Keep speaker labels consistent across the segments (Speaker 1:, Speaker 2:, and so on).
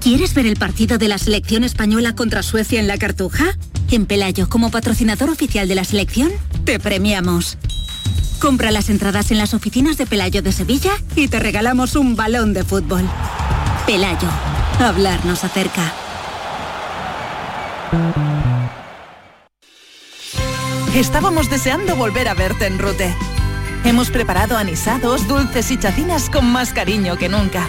Speaker 1: ¿Quieres ver el partido de la selección española contra Suecia en la Cartuja? En Pelayo, como patrocinador oficial de la selección, te premiamos. Compra las entradas en las oficinas de Pelayo de Sevilla y te regalamos un balón de fútbol. Pelayo, hablarnos acerca.
Speaker 2: Estábamos deseando volver a verte en Rute. Hemos preparado anisados, dulces y chacinas con más cariño que nunca.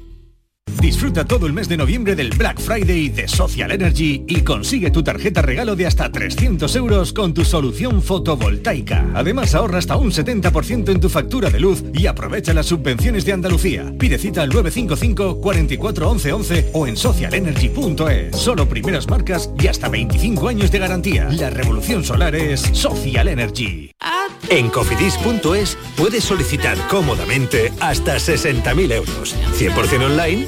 Speaker 3: Disfruta todo el mes de noviembre del Black Friday de Social Energy y consigue tu tarjeta regalo de hasta 300 euros con tu solución fotovoltaica. Además ahorra hasta un 70% en tu factura de luz y aprovecha las subvenciones de Andalucía. Pide cita al 955 44 11 11 o en socialenergy.es. Solo primeras marcas y hasta 25 años de garantía. La revolución solar es Social Energy.
Speaker 4: En cofidis.es puedes solicitar cómodamente hasta 60.000 euros, 100% online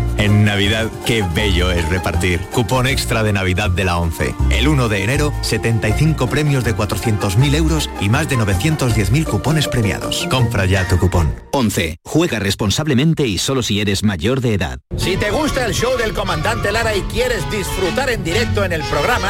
Speaker 5: En Navidad, qué bello es repartir. Cupón extra de Navidad de la 11. El 1 de enero, 75 premios de 400.000 euros y más de 910.000 cupones premiados. Compra ya tu cupón.
Speaker 6: 11. Juega responsablemente y solo si eres mayor de edad.
Speaker 7: Si te gusta el show del comandante Lara y quieres disfrutar en directo en el programa,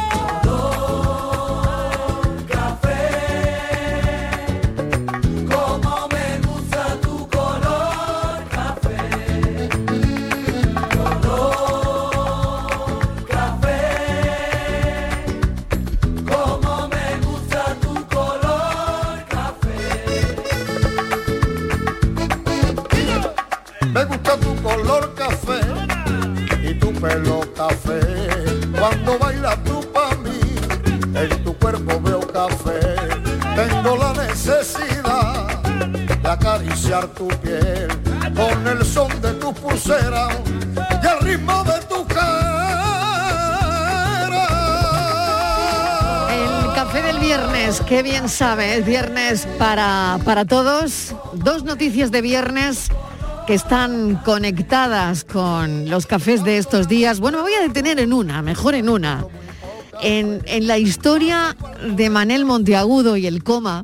Speaker 8: pelo café. Cuando bailas tú pa' mí, en tu cuerpo veo café. Tengo la necesidad de acariciar tu piel con el son de tu pulsera y el ritmo de tu cara.
Speaker 9: El café del viernes, qué bien sabe, es viernes para, para todos. Dos noticias de viernes que están conectadas con los cafés de estos días. Bueno, me voy a detener en una, mejor en una. En, en, la historia de Manel Monteagudo y el coma,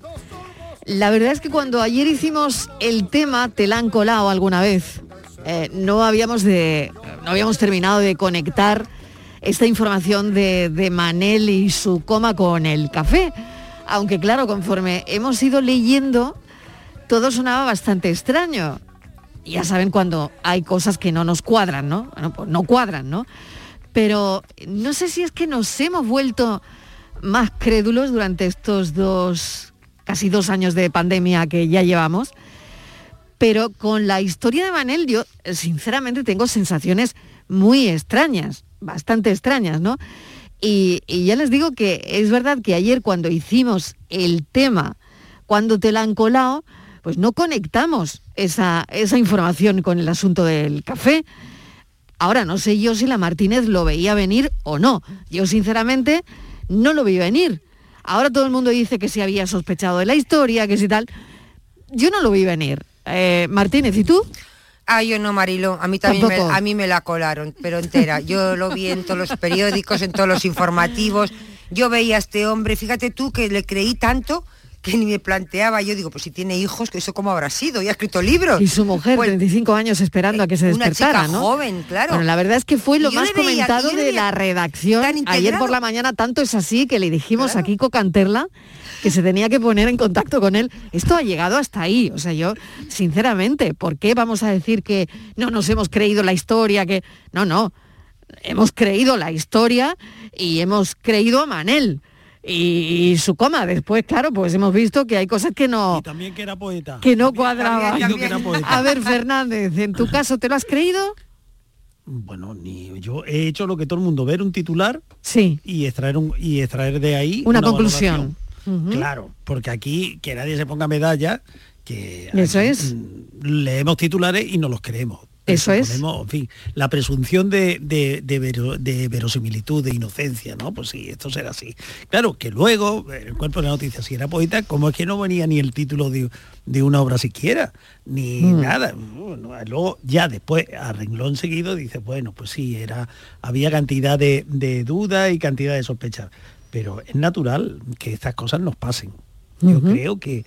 Speaker 9: la verdad es que cuando ayer hicimos el tema, te la han colado alguna vez, eh, no habíamos de no habíamos terminado de conectar esta información de, de Manel y su coma con el café. Aunque claro, conforme hemos ido leyendo, todo sonaba bastante extraño. Ya saben cuando hay cosas que no nos cuadran, ¿no? Bueno, pues no cuadran, ¿no? Pero no sé si es que nos hemos vuelto más crédulos durante estos dos, casi dos años de pandemia que ya llevamos. Pero con la historia de Manel yo sinceramente tengo sensaciones muy extrañas, bastante extrañas, ¿no? Y, y ya les digo que es verdad que ayer cuando hicimos el tema, cuando te la han colado, pues no conectamos esa, esa información con el asunto del café. Ahora no sé yo si la Martínez lo veía venir o no. Yo sinceramente no lo vi venir. Ahora todo el mundo dice que se había sospechado de la historia, que si tal. Yo no lo vi venir. Eh, Martínez, ¿y tú?
Speaker 10: Ah, yo no, Marilo. A mí también me,
Speaker 9: Tampoco.
Speaker 10: a mí me la colaron, pero entera. Yo lo vi en todos los periódicos, en todos los informativos. Yo veía a este hombre, fíjate tú que le creí tanto que ni me planteaba. Yo digo, pues si tiene hijos, ¿eso cómo habrá sido? Y ha escrito libros.
Speaker 9: Y su mujer,
Speaker 10: Pues,
Speaker 9: 35 años esperando a que se
Speaker 10: una
Speaker 9: despertara,
Speaker 10: chica
Speaker 9: ¿no?
Speaker 10: joven, claro.
Speaker 9: Bueno, la verdad es que fue lo
Speaker 10: Y yo
Speaker 9: más
Speaker 10: le veía-
Speaker 9: comentado
Speaker 10: yo le
Speaker 9: de
Speaker 10: veía
Speaker 9: la redacción
Speaker 10: tan
Speaker 9: ayer
Speaker 10: integrado.
Speaker 9: por la mañana, tanto es así que le dijimos a Kiko Canterla que se tenía que poner en contacto con él. Esto ha llegado hasta ahí, o sea, yo, sinceramente, ¿por qué vamos a decir que no nos hemos creído la historia, que... No, no, hemos creído la historia y hemos creído a Manel. Y, y su coma, después, claro, pues hemos visto que hay cosas que no...
Speaker 11: También que era poeta.
Speaker 9: Que no cuadraba.
Speaker 11: también, también. Digo que era poeta.
Speaker 9: A ver, Fernández, en tu caso, ¿te lo has creído?
Speaker 11: Bueno, ni yo he hecho lo que todo el mundo ver un titular
Speaker 9: sí.
Speaker 11: y extraer un, y extraer de ahí
Speaker 9: Una,
Speaker 11: valoración.
Speaker 9: conclusión. Ujú.
Speaker 11: Claro, porque aquí que nadie se ponga medalla, que
Speaker 9: Eso es.
Speaker 11: leemos titulares y no los creemos.
Speaker 9: Eso es.
Speaker 11: Presuponemos, En fin, la presunción de, de- de vero- de verosimilitud, de inocencia, ¿no? Pues sí, esto será así. Claro, que luego, el cuerpo de la noticia, si era poeta, como es que no venía ni el título de, de una obra siquiera, ni
Speaker 12: Mm.
Speaker 11: nada. Bueno, luego, ya después, a renglón seguido, dice, bueno, pues sí, era, había cantidad de, de dudas y cantidad de sospechas. Pero es natural que estas cosas nos pasen. Yo creo que,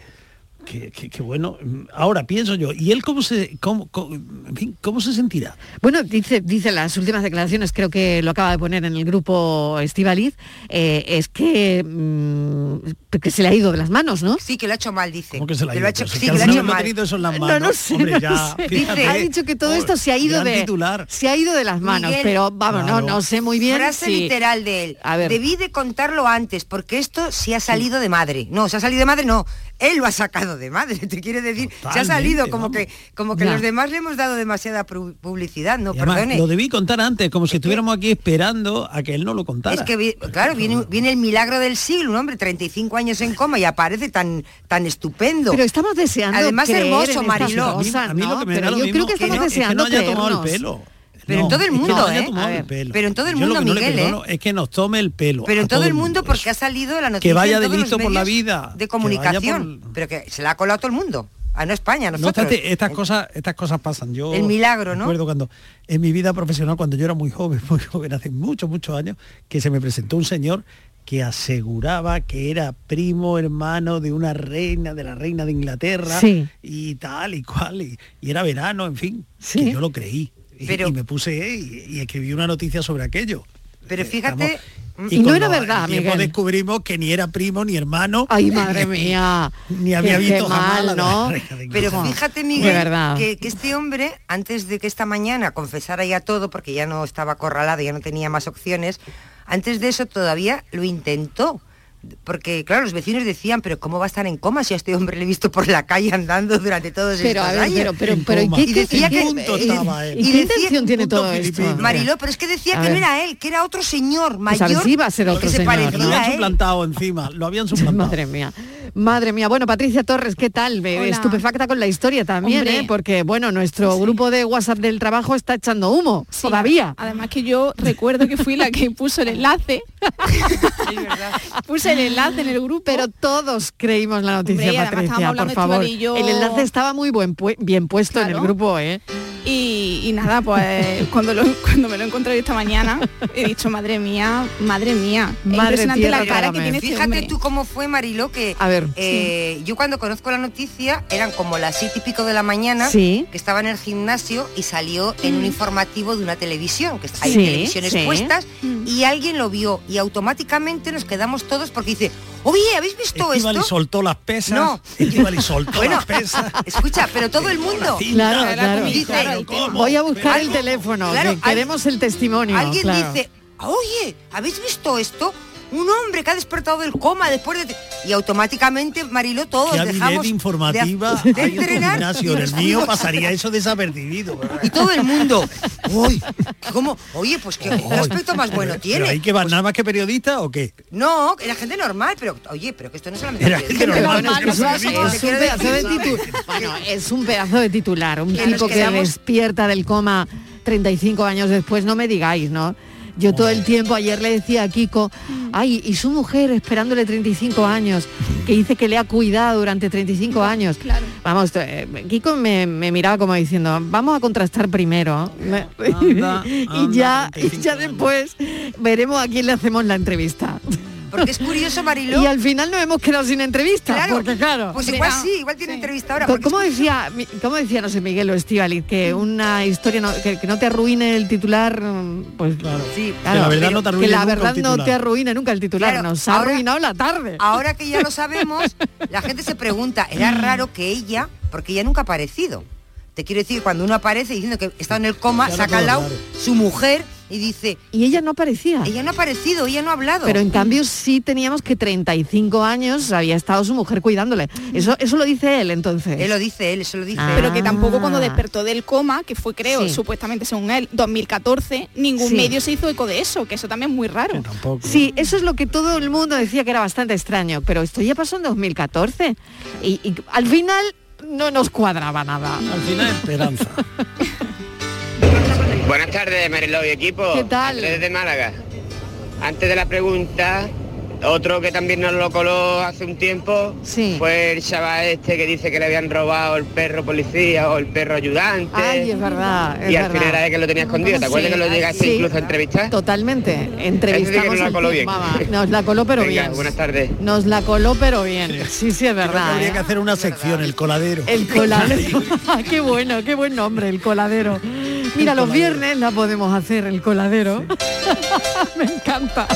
Speaker 11: que, que- que bueno, mm, ahora pienso yo, ¿y él cómo se, cómo, cómo- en fin, cómo se sentirá?
Speaker 9: Bueno, dice, dice las últimas declaraciones, creo que lo acaba de poner en el grupo Estivaliz, eh, es que, mm, que se le ha ido de las manos, ¿no?
Speaker 10: Sí, que lo ha hecho mal, dice.
Speaker 11: que se la ha
Speaker 10: Que lo ha
Speaker 11: ido?
Speaker 10: hecho,
Speaker 11: Pero si
Speaker 10: sí, que
Speaker 11: cada
Speaker 10: lo ha
Speaker 11: uno
Speaker 10: hecho
Speaker 11: hemos
Speaker 10: mal.
Speaker 11: tenido eso en las
Speaker 10: No,
Speaker 11: manos.
Speaker 10: no sé,
Speaker 11: Hombre,
Speaker 10: no
Speaker 11: ya,
Speaker 10: sé.
Speaker 11: fíjate.
Speaker 9: ha dicho que todo esto se ha ido
Speaker 11: gran
Speaker 9: de
Speaker 11: titular.
Speaker 9: se ha ido de las manos,
Speaker 10: Miguel,
Speaker 9: pero vamos,
Speaker 10: Claro.
Speaker 9: no, no sé muy bien.
Speaker 10: Frase
Speaker 9: si-
Speaker 10: literal de él.
Speaker 9: A ver.
Speaker 10: Debí de contarlo antes, porque esto se ha salido de madre. No, se ha salido de madre, no. Él lo ha sacado de madre, te quiere decir. se ha
Speaker 11: Totalmente,
Speaker 10: salido como que, como que
Speaker 11: Ya.
Speaker 10: los demás le hemos dado demasiada pu- publicidad, no,
Speaker 11: Y además,
Speaker 10: Oh, perdone.
Speaker 11: lo debí contar antes, como si estuviéramos aquí esperando a que él no lo contara.
Speaker 10: Es que, vi- claro, viene, viene el milagro del siglo, un hombre 35 años en coma y aparece tan, tan estupendo.
Speaker 9: Pero estamos deseando
Speaker 10: Además,
Speaker 9: creer
Speaker 10: hermoso,
Speaker 9: en
Speaker 10: Mariló.
Speaker 9: estas cosas, ¿no? Pero yo creo que estamos deseando
Speaker 11: no haya tomado el
Speaker 9: creernos.
Speaker 11: pelo.
Speaker 10: Pero en todo el
Speaker 11: es que
Speaker 10: mundo,
Speaker 11: no haya
Speaker 10: ¿eh?
Speaker 11: tomado
Speaker 10: A
Speaker 11: el
Speaker 10: ver.
Speaker 11: pelo.
Speaker 10: Pero en todo el
Speaker 11: Yo lo
Speaker 10: mundo,
Speaker 11: que no le
Speaker 10: Miguel, ¿eh?
Speaker 11: perdono Es que nos tome el pelo.
Speaker 10: Pero
Speaker 11: a
Speaker 10: en todo, el mundo, porque ha salido la noticia
Speaker 11: Que vaya
Speaker 10: en
Speaker 11: de
Speaker 10: todos los
Speaker 11: listo por la
Speaker 10: medios
Speaker 11: vida,
Speaker 10: de
Speaker 11: que vaya
Speaker 10: comunicación, pero que se la ha colado todo el mundo, a no España, a
Speaker 11: No
Speaker 10: nosotros.
Speaker 11: obstante, estas cosas, estas cosas pasan. Yo
Speaker 10: El milagro, ¿no?
Speaker 11: Recuerdo cuando en mi vida profesional, cuando yo era muy joven, muy joven, hace muchos, muchos años, que se me presentó un señor que aseguraba que era primo hermano de una reina, de la reina de Inglaterra
Speaker 9: Sí.
Speaker 11: y tal y cual. Y, y era verano, en fin, que yo lo creí. Y, y me puse eh, y, y escribí una noticia sobre aquello.
Speaker 10: Pero
Speaker 11: Eh,
Speaker 10: fíjate,
Speaker 11: estamos-
Speaker 10: y no
Speaker 11: cuando
Speaker 10: era verdad,
Speaker 11: al tiempo
Speaker 10: Miguel.
Speaker 11: descubrimos que ni era primo ni hermano. eh,
Speaker 9: Ay, madre mía.
Speaker 11: Ni había
Speaker 9: Qué- qué
Speaker 11: visto jamás
Speaker 9: mal,
Speaker 11: la de la
Speaker 9: ¿no?
Speaker 11: reina de
Speaker 10: Pero
Speaker 11: Inglaterra.
Speaker 10: fíjate,
Speaker 9: De
Speaker 10: Miguel,
Speaker 9: verdad.
Speaker 10: que, que este hombre, antes de que esta mañana confesara ya todo, porque ya no estaba acorralado, ya no tenía más opciones, antes de eso todavía lo intentó. Porque, claro, los vecinos decían, pero ¿cómo va a estar en coma si a este hombre le he visto por la calle andando durante todos
Speaker 9: Pero,
Speaker 10: estos
Speaker 9: a ver,
Speaker 10: años?
Speaker 9: pero- pero- En pero, ¿y coma. qué-
Speaker 10: y decía
Speaker 9: qué-
Speaker 10: que...
Speaker 9: punto
Speaker 10: y-
Speaker 9: estaba él?
Speaker 10: y
Speaker 9: ¿Qué
Speaker 10: decía-
Speaker 9: intención tiene
Speaker 10: punto
Speaker 9: todo esto?
Speaker 10: filipino. Mariló, pero es que decía
Speaker 9: A
Speaker 10: que
Speaker 9: ver.
Speaker 10: no era él, que era otro señor
Speaker 9: Pues a ver
Speaker 10: mayor
Speaker 9: si iba a ser
Speaker 10: que
Speaker 9: otro
Speaker 10: se
Speaker 9: señor,
Speaker 10: parecía ¿eh?
Speaker 11: Lo
Speaker 9: ¿no?
Speaker 10: a
Speaker 11: habían
Speaker 10: él.
Speaker 11: suplantado encima, lo habían suplantado.
Speaker 9: Madre mía. Madre mía, bueno, Patricia Torres, ¿qué tal? Me- Estupefacta con la historia también,
Speaker 13: Hombre.
Speaker 9: ¿eh? porque bueno, nuestro grupo de WhatsApp del trabajo está echando humo todavía.
Speaker 13: Además que yo recuerdo que fui la que puso el enlace. Puse el enlace en el grupo.
Speaker 9: Pero todos creímos la noticia,
Speaker 13: Hombre, y además
Speaker 9: Patricia,
Speaker 13: estábamos
Speaker 9: por
Speaker 13: hablando
Speaker 9: favor.
Speaker 13: Estíbal y yo.
Speaker 9: El enlace estaba muy buen pue- bien puesto en el grupo, ¿eh?
Speaker 13: Y Y, y nada, pues cuando, lo- cuando me lo he encontrado esta mañana, he dicho, madre mía, madre mía. Es impresionante la cara que tiene este
Speaker 10: Fíjate
Speaker 13: hombre.
Speaker 10: tú cómo fue, Marilo, que
Speaker 9: A ver.
Speaker 10: eh, yo cuando conozco la noticia eran como las siete y pico de la mañana,
Speaker 9: Sí. Mm.
Speaker 10: que estaba en el gimnasio y salió en un informativo de una televisión, que hay
Speaker 9: Sí,
Speaker 10: televisiones
Speaker 9: sí. Mm.
Speaker 10: puestas, y alguien lo vio y automáticamente nos quedamos todos porque dice, oye, ¿habéis visto
Speaker 11: Estíbaliz
Speaker 10: esto?
Speaker 11: soltó las pesas.
Speaker 10: No.
Speaker 11: Estíbaliz soltó
Speaker 10: Bueno,
Speaker 11: las pesas.
Speaker 10: Escucha, pero todo el mundo.
Speaker 9: Claro, claro.
Speaker 10: Dice,
Speaker 9: Voy a buscar el teléfono,
Speaker 10: Claro,
Speaker 9: que
Speaker 10: al-
Speaker 9: queremos el testimonio.
Speaker 10: Alguien
Speaker 9: claro.
Speaker 10: dice, oye, ¿habéis visto esto? Un hombre que ha despertado del coma después de... Y automáticamente, Marilo, todos
Speaker 11: Que
Speaker 10: dejamos
Speaker 11: avidez
Speaker 10: de-
Speaker 11: informativa
Speaker 10: de,
Speaker 11: hay en tu
Speaker 10: entrenar.
Speaker 11: gimnasio. En el mío pasaría eso desapercibido.
Speaker 10: Y todo el mundo, uy, ¿cómo? Oye, pues qué aspecto más bueno
Speaker 11: ¿Pero hay
Speaker 10: tiene.
Speaker 11: que van nada más que periodista o qué?
Speaker 10: No, que la gente normal, pero oye, pero que esto no es solamente...
Speaker 11: Era gente normal,
Speaker 9: Bueno,
Speaker 11: Pero
Speaker 9: es,
Speaker 11: bueno, pero
Speaker 9: un- es un
Speaker 10: quiero
Speaker 9: pedazo de
Speaker 10: decir,
Speaker 9: titu- bueno, es un pedazo de titular, un
Speaker 10: Que nos
Speaker 9: tipo que
Speaker 10: quedamos-
Speaker 9: despierta del coma 35 años después, no me digáis, ¿no? Yo todo el tiempo, ayer le decía a Kiko, ay, y su mujer esperándole 35 años, que dice que le ha cuidado durante 35 años. Vamos, eh, Kiko me, me miraba como diciendo, vamos a contrastar primero. Me-
Speaker 11: Anda,
Speaker 9: y ya, y ya después veremos a quién le hacemos la entrevista.
Speaker 10: Porque es curioso, Mariló.
Speaker 9: Y al final nos hemos quedado sin entrevista,
Speaker 10: Claro,
Speaker 9: porque claro.
Speaker 10: Pues igual sí, igual tiene entrevista ahora.
Speaker 9: Co-
Speaker 10: porque-
Speaker 9: ¿Cómo decía, mi- cómo decía, no sé, Miguel o Estivaliz, que una historia no- que, que no te arruine el titular, mm, pues claro.
Speaker 10: Sí,
Speaker 11: Que la verdad no te
Speaker 9: que
Speaker 11: arruine
Speaker 9: la
Speaker 11: nunca un
Speaker 9: verdad no
Speaker 11: titular.
Speaker 9: te arruine nunca el titular,
Speaker 10: Claro,
Speaker 9: nos ha
Speaker 10: ahora-
Speaker 9: arruinado la tarde.
Speaker 10: Ahora que ya lo sabemos, la gente se pregunta, era
Speaker 9: Mm.
Speaker 10: raro que ella, porque ella nunca ha aparecido. Te quiero decir, cuando uno aparece diciendo que está en el coma,
Speaker 9: Claro,
Speaker 10: saca al
Speaker 9: todo
Speaker 10: lado
Speaker 9: raro.
Speaker 10: su mujer y dice,
Speaker 9: Y ella no aparecía.
Speaker 10: ella no ha aparecido, ella no ha hablado. Mm.
Speaker 9: Pero en cambio sí teníamos que 35 años había estado su mujer cuidándole. Eso, eso lo dice él entonces.
Speaker 10: Mm. Él lo dice, él, eso lo dice.
Speaker 13: Pero que tampoco cuando
Speaker 9: Ah.
Speaker 13: despertó del coma, que fue creo,
Speaker 9: Sí.
Speaker 13: supuestamente según él, 2014, ningún
Speaker 9: Sí.
Speaker 13: medio se hizo eco de eso, que eso también es muy raro.
Speaker 9: Sí, eso es lo que todo el mundo decía que era bastante extraño, pero esto ya pasó en 2014 y, y al final no nos cuadraba nada.
Speaker 11: Al final esperanza.
Speaker 12: Buenas tardes, Mariló y equipo.
Speaker 9: ¿Qué tal?
Speaker 12: Andrés desde Málaga. Antes de la pregunta, otro que también nos lo coló hace un tiempo fue el chaval este que dice que le habían robado el perro policía o el perro ayudante.
Speaker 9: Ay, es verdad. es
Speaker 12: y al
Speaker 9: verdad.
Speaker 12: final era el que lo tenía escondido. ¿Te acuerdas
Speaker 9: Sí,
Speaker 12: que lo llegaste
Speaker 9: sí.
Speaker 12: incluso a entrevistar?
Speaker 9: Totalmente. Entrevistamos
Speaker 12: nos la
Speaker 9: al
Speaker 12: coló
Speaker 9: tío,
Speaker 12: bien.
Speaker 9: mamá. Nos la coló pero
Speaker 12: Venga,
Speaker 9: bien.
Speaker 12: buenas tardes.
Speaker 9: Nos la coló pero bien. Sí, sí, es
Speaker 10: Ah,
Speaker 9: verdad.
Speaker 11: Habría
Speaker 9: ¿eh?
Speaker 11: que hacer una sección, el coladero.
Speaker 9: El coladero. qué bueno, qué buen nombre, el coladero. Mira, los viernes la podemos hacer, el coladero. Me encanta.